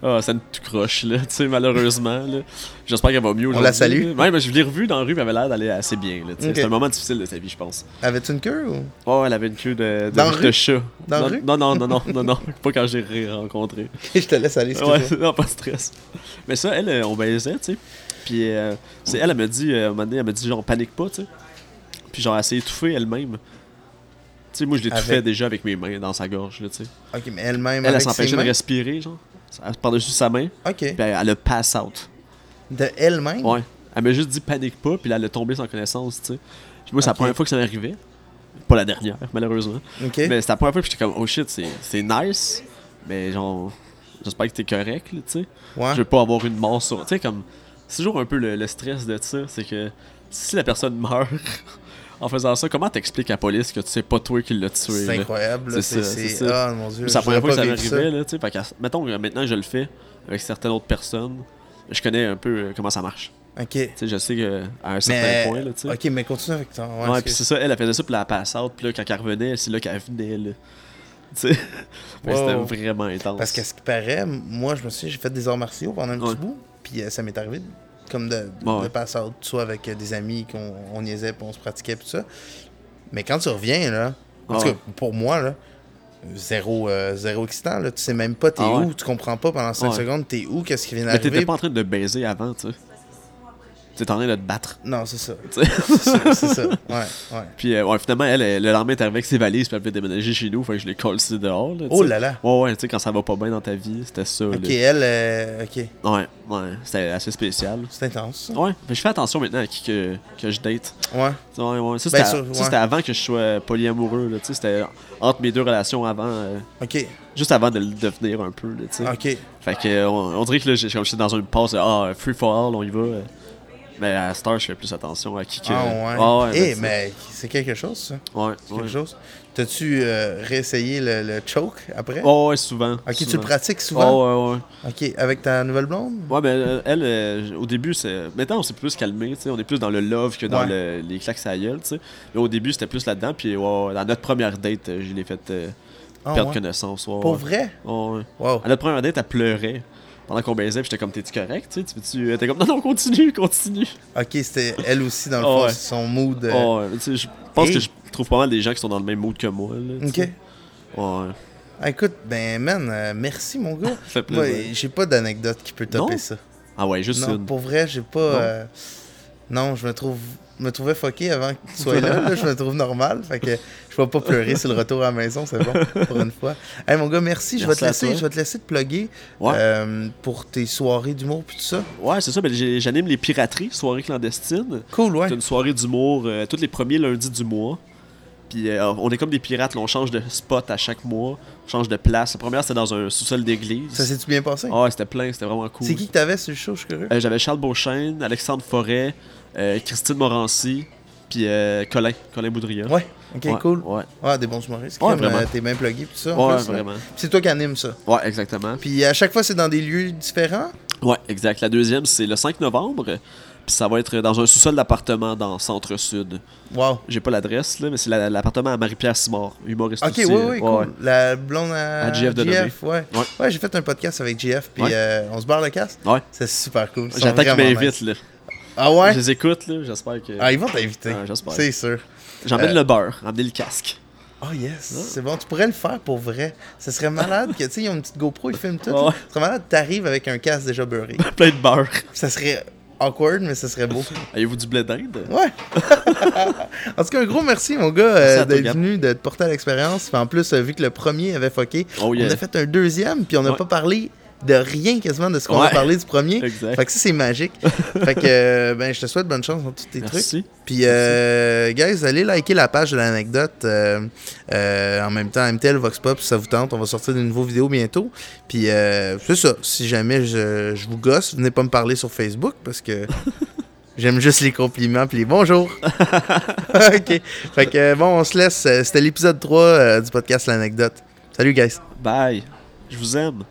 Ah, ça nous tout croche, là, tu sais, malheureusement. là. J'espère qu'elle va mieux aujourd'hui.
la salue.
là. Ouais, mais je l'ai revue dans la rue, mais elle avait l'air d'aller assez bien, là, tu sais.
Ok.
C'était un moment difficile de sa vie, je pense.
Avais-tu une queue ou.
Oh, elle avait une queue de, de,
Dans la
de
rue?
chat.
Dans la
non,
rue?
non, non, non, non, non, non, pas quand j'ai ré- rencontré.
Je te laisse aller, excuse-moi.
Ouais, non, pas de stress. Mais ça, elle, euh, on baisait, tu sais. Puis euh, c'est elle, elle me dit, euh, un moment donné, elle me dit, genre, panique pas, tu sais. Puis genre, elle s'est étouffée elle-même. Tu sais, moi, je l'étouffais
Avec-
déjà avec mes mains dans sa gorge, là, tu sais.
Ok, mais elle-même.
Elle, elle
avec ses
s'empêchait de
mains?
respirer, genre. Ça- Par-dessus sa main,
Ok.
puis elle, elle a pass out.
De elle-même
Ouais. Elle m'a juste dit panique pas, puis là, elle a tombé sans connaissance, tu sais. Puis moi, c'est la
Ok.
première fois que ça m'arrivait. Pas la dernière, malheureusement.
Ok.
Mais c'était la première fois que j'étais comme, oh shit, c'est c'est nice, mais genre, j'espère que t'es correct, là, tu sais.
Ouais.
Je veux pas avoir une mort sur. Tu sais, comme. C'est toujours un peu le, le stress de ça, c'est que si la personne meurt en faisant ça, comment t'expliques à la police que tu sais pas toi qui l'as tué?
C'est
là?
incroyable. là,
C'est
C'est.
ça, c'est
c'est-
ça.
Ah, mon dieu.
C'est la
je
première fois
voudrais
que ça
pas vivre
m'arrivait, là, tu sais. fait qu'à- Mettons que maintenant je le fais avec certaines autres personnes, je connais un peu euh, comment ça marche.
Ok.
Tu sais, je sais que à un certain
Mais.
point, là, tu sais.
Ok, mais continue avec ton.
Ouais,
parce
puis
que-
c'est ça, elle, elle faisait ça, puis la passe out, puis là, quand elle revenait, c'est là qu'elle venait, là. Tu sais. Mais
Wow.
c'était vraiment intense.
Parce qu'à ce qui paraît, moi, je me suis j'ai fait des arts martiaux pendant un
Ouais. Bah
petit bout, puis euh, ça m'est arrivé comme de,
Ouais.
de passer out, soit avec euh, des amis qu'on on niaisait, puis on se pratiquait, puis tout ça. Mais quand tu reviens, là, en tout
Ah Ouais.
cas, pour moi, là, zéro, euh, zéro excitant, là, tu sais même pas t'es
Ah ouais.
où, tu comprends pas pendant 5
Ouais.
secondes t'es où, qu'est-ce qui vient
Mais t'étais
d'arriver.
pas en train de baiser avant, tu sais. T'étais en train de te battre.
Non, c'est ça.
tu sais.
C'est ça, c'est ça. Ouais, ouais.
Puis euh, ouais, finalement, elle, elle, le lendemain, elle est arrivée avec ses valises, puis elle devait déménager chez nous. Fait que je l'ai collé dehors. Là, tu
Oh
sais.
là là.
Ouais, ouais, tu sais, quand ça va pas bien dans ta vie, c'était ça. là.
Ok, elle, euh, ok,
Ouais, ouais, c'était assez spécial.
c'est intense.
Ouais, mais je fais attention maintenant à qui que, que je date.
ça. Ouais.
Ouais, ouais, ça,
Ben,
c'était
sûr, ouais.
ça, c'était avant que je sois polyamoureux. là, tu sais, C'était entre mes deux relations avant, euh,
Ok,
juste avant de le devenir un peu. Là, tu sais.
ok.
Fait que, euh, on, on dirait que là, j'ai- comme j'étais dans une passe, de, ah, free for all, on y va. euh. Mais à Star, je fais plus attention à qui que.
Ah ouais.
Ah, ouais,
Eh,
ben,
mais c'est quelque chose, ça.
tu sais. Ouais,
quelque
ouais.
chose. T'as-tu euh, réessayé le, le choke après?
Oh, ouais, souvent.
ok, tu le
souvent.
pratiques souvent?
Oh, ouais, ouais.
Ok, avec ta nouvelle blonde?
Ouais, ben, euh, elle, euh, au début, c'est. Maintenant, on s'est plus calmé, tu sais. On est plus dans le love que dans le- les claques à la gueule, tu sais. Mais au début, c'était plus là-dedans. Puis, ouais, ouais, dans notre première date, euh, je l'ai fait euh,
Ah,
perdre
ouais.
connaissance. Ouais, Ah,
Pour
ouais.
vrai?
Ouais, ouais.
Wow.
À notre première date, elle pleurait. Pendant qu'on baisait, puis j'étais comme, t'es-tu correct, tu sais? Tu veux-tu. Elle était comme, non, non, continue, continue.
Ok, c'était elle aussi, dans le
Oh,
fond,
ouais. Oh.
c'est son mood. euh,
Ouais, tu sais, je pense
Hey.
que je trouve pas mal des gens qui sont dans le même mood que moi, là, tu
Ok.
sais. Ouais.
Ah, écoute, ben, man, euh, merci, mon gars.
Ça fait plaisir.
Moi, j'ai pas d'anecdote qui peut topper
Non?
ça.
Ah, ouais, juste
Non,
une.
pour vrai, j'ai pas.
Non.
euh, Non, je me trouve. me trouvais fucké avant que tu sois là, là, Je me trouve normal. Fait que je vais pas pleurer sur le retour à la maison, c'est bon, pour une fois. Hey, mon gars, merci. Je vais,
Merci
te
à
laisser,
toi.
je vais te laisser te plugger
Ouais.
euh, pour tes soirées d'humour puis tout ça.
Ouais, c'est ça, ben, j'ai- j'anime les pirateries, soirées clandestines.
Cool, ouais.
C'est une soirée d'humour euh, tous les premiers lundis du mois. Puis euh, on est comme des pirates, là, on change de spot à chaque mois, on change de place. La première, c'était dans un sous-sol
Ça
d'église.
s'est-tu bien passé?
Ah, c'était plein, c'était vraiment cool.
C'est qui que t'avais sur le show, je suis curieux?
Euh, J'avais Charles Beauchesne, Alexandre Forêt, euh, Christine Morancy, puis euh, Colin, Colin Boudria.
Ouais, ok,
Ouais,
cool.
Ouais,
Ah, des bons humoristes.
Ouais,
crème,
vraiment.
euh, T'es bien plugué puis tout ça. en
ouais
plus, là.
vraiment.
C'est toi qui anime ça.
Ouais, exactement.
Puis à chaque fois, c'est dans des lieux différents?
Ouais, exact. La deuxième, c'est le 5 novembre, puis ça va être dans un sous-sol d'appartement dans Centre-Sud.
Wow.
J'ai pas l'adresse, là, mais c'est la- l'appartement à Marie-Pierre Simard, humoriste
Ok,
aussi.
oui,
là.
oui,
euh, Ouais,
cool. La blonde à,
À JF Denomé.
ouais.
Ouais.
Ouais, j'ai fait un podcast avec JF, puis
Ouais.
euh, on se barre le casque.
Ouais.
C'est super cool. Ils sont
J'attends qu'ils
vraiment
m'invitent,
nice.
là.
Ah ouais?
Je les écoute, là, j'espère que...
Ah, ils vont t'inviter.
Ah, j'espère.
c'est sûr.
J'emmène
euh,
le beurre, emmener le casque.
Oh yes,
Ah.
c'est bon, tu pourrais le faire pour vrai. Ce serait malade que, tu sais, ils ont une petite GoPro, ils filment tout.
Ouais.
Ce serait malade, t'arrives avec un casque déjà beurré.
Plein de beurre.
Ça serait awkward, mais ça serait beau.
Avez-vous du blé d'Inde?
Ouais. en tout cas, un gros merci, mon gars,
Merci
euh,
à toi,
d'être
Gab.
venu, de te porter à l'expérience. Puis en plus, euh, vu que le premier avait fucké,
Oh yeah.
on a fait un deuxième, puis on n'a
Ouais.
pas parlé de rien quasiment de ce qu'on a
Ouais.
parlé du premier.
Exact.
Fait que ça, c'est magique. fait que, euh, ben, je te souhaite bonne chance dans tous tes trucs.
Merci.
Puis, euh, guys, allez liker la page de l'anecdote. euh, euh, en même temps, MTL, Vox Pop, si ça vous tente, on va sortir des nouveaux vidéos bientôt. Puis, euh, c'est ça. Si jamais je, je vous gosse, venez pas me parler sur Facebook parce que j'aime juste les compliments puis les bonjours. OK. Fait que, euh, bon, on se laisse. Euh, C'était l'épisode 3 euh, du podcast L'anecdote. Salut, guys.
Bye. Je vous aime.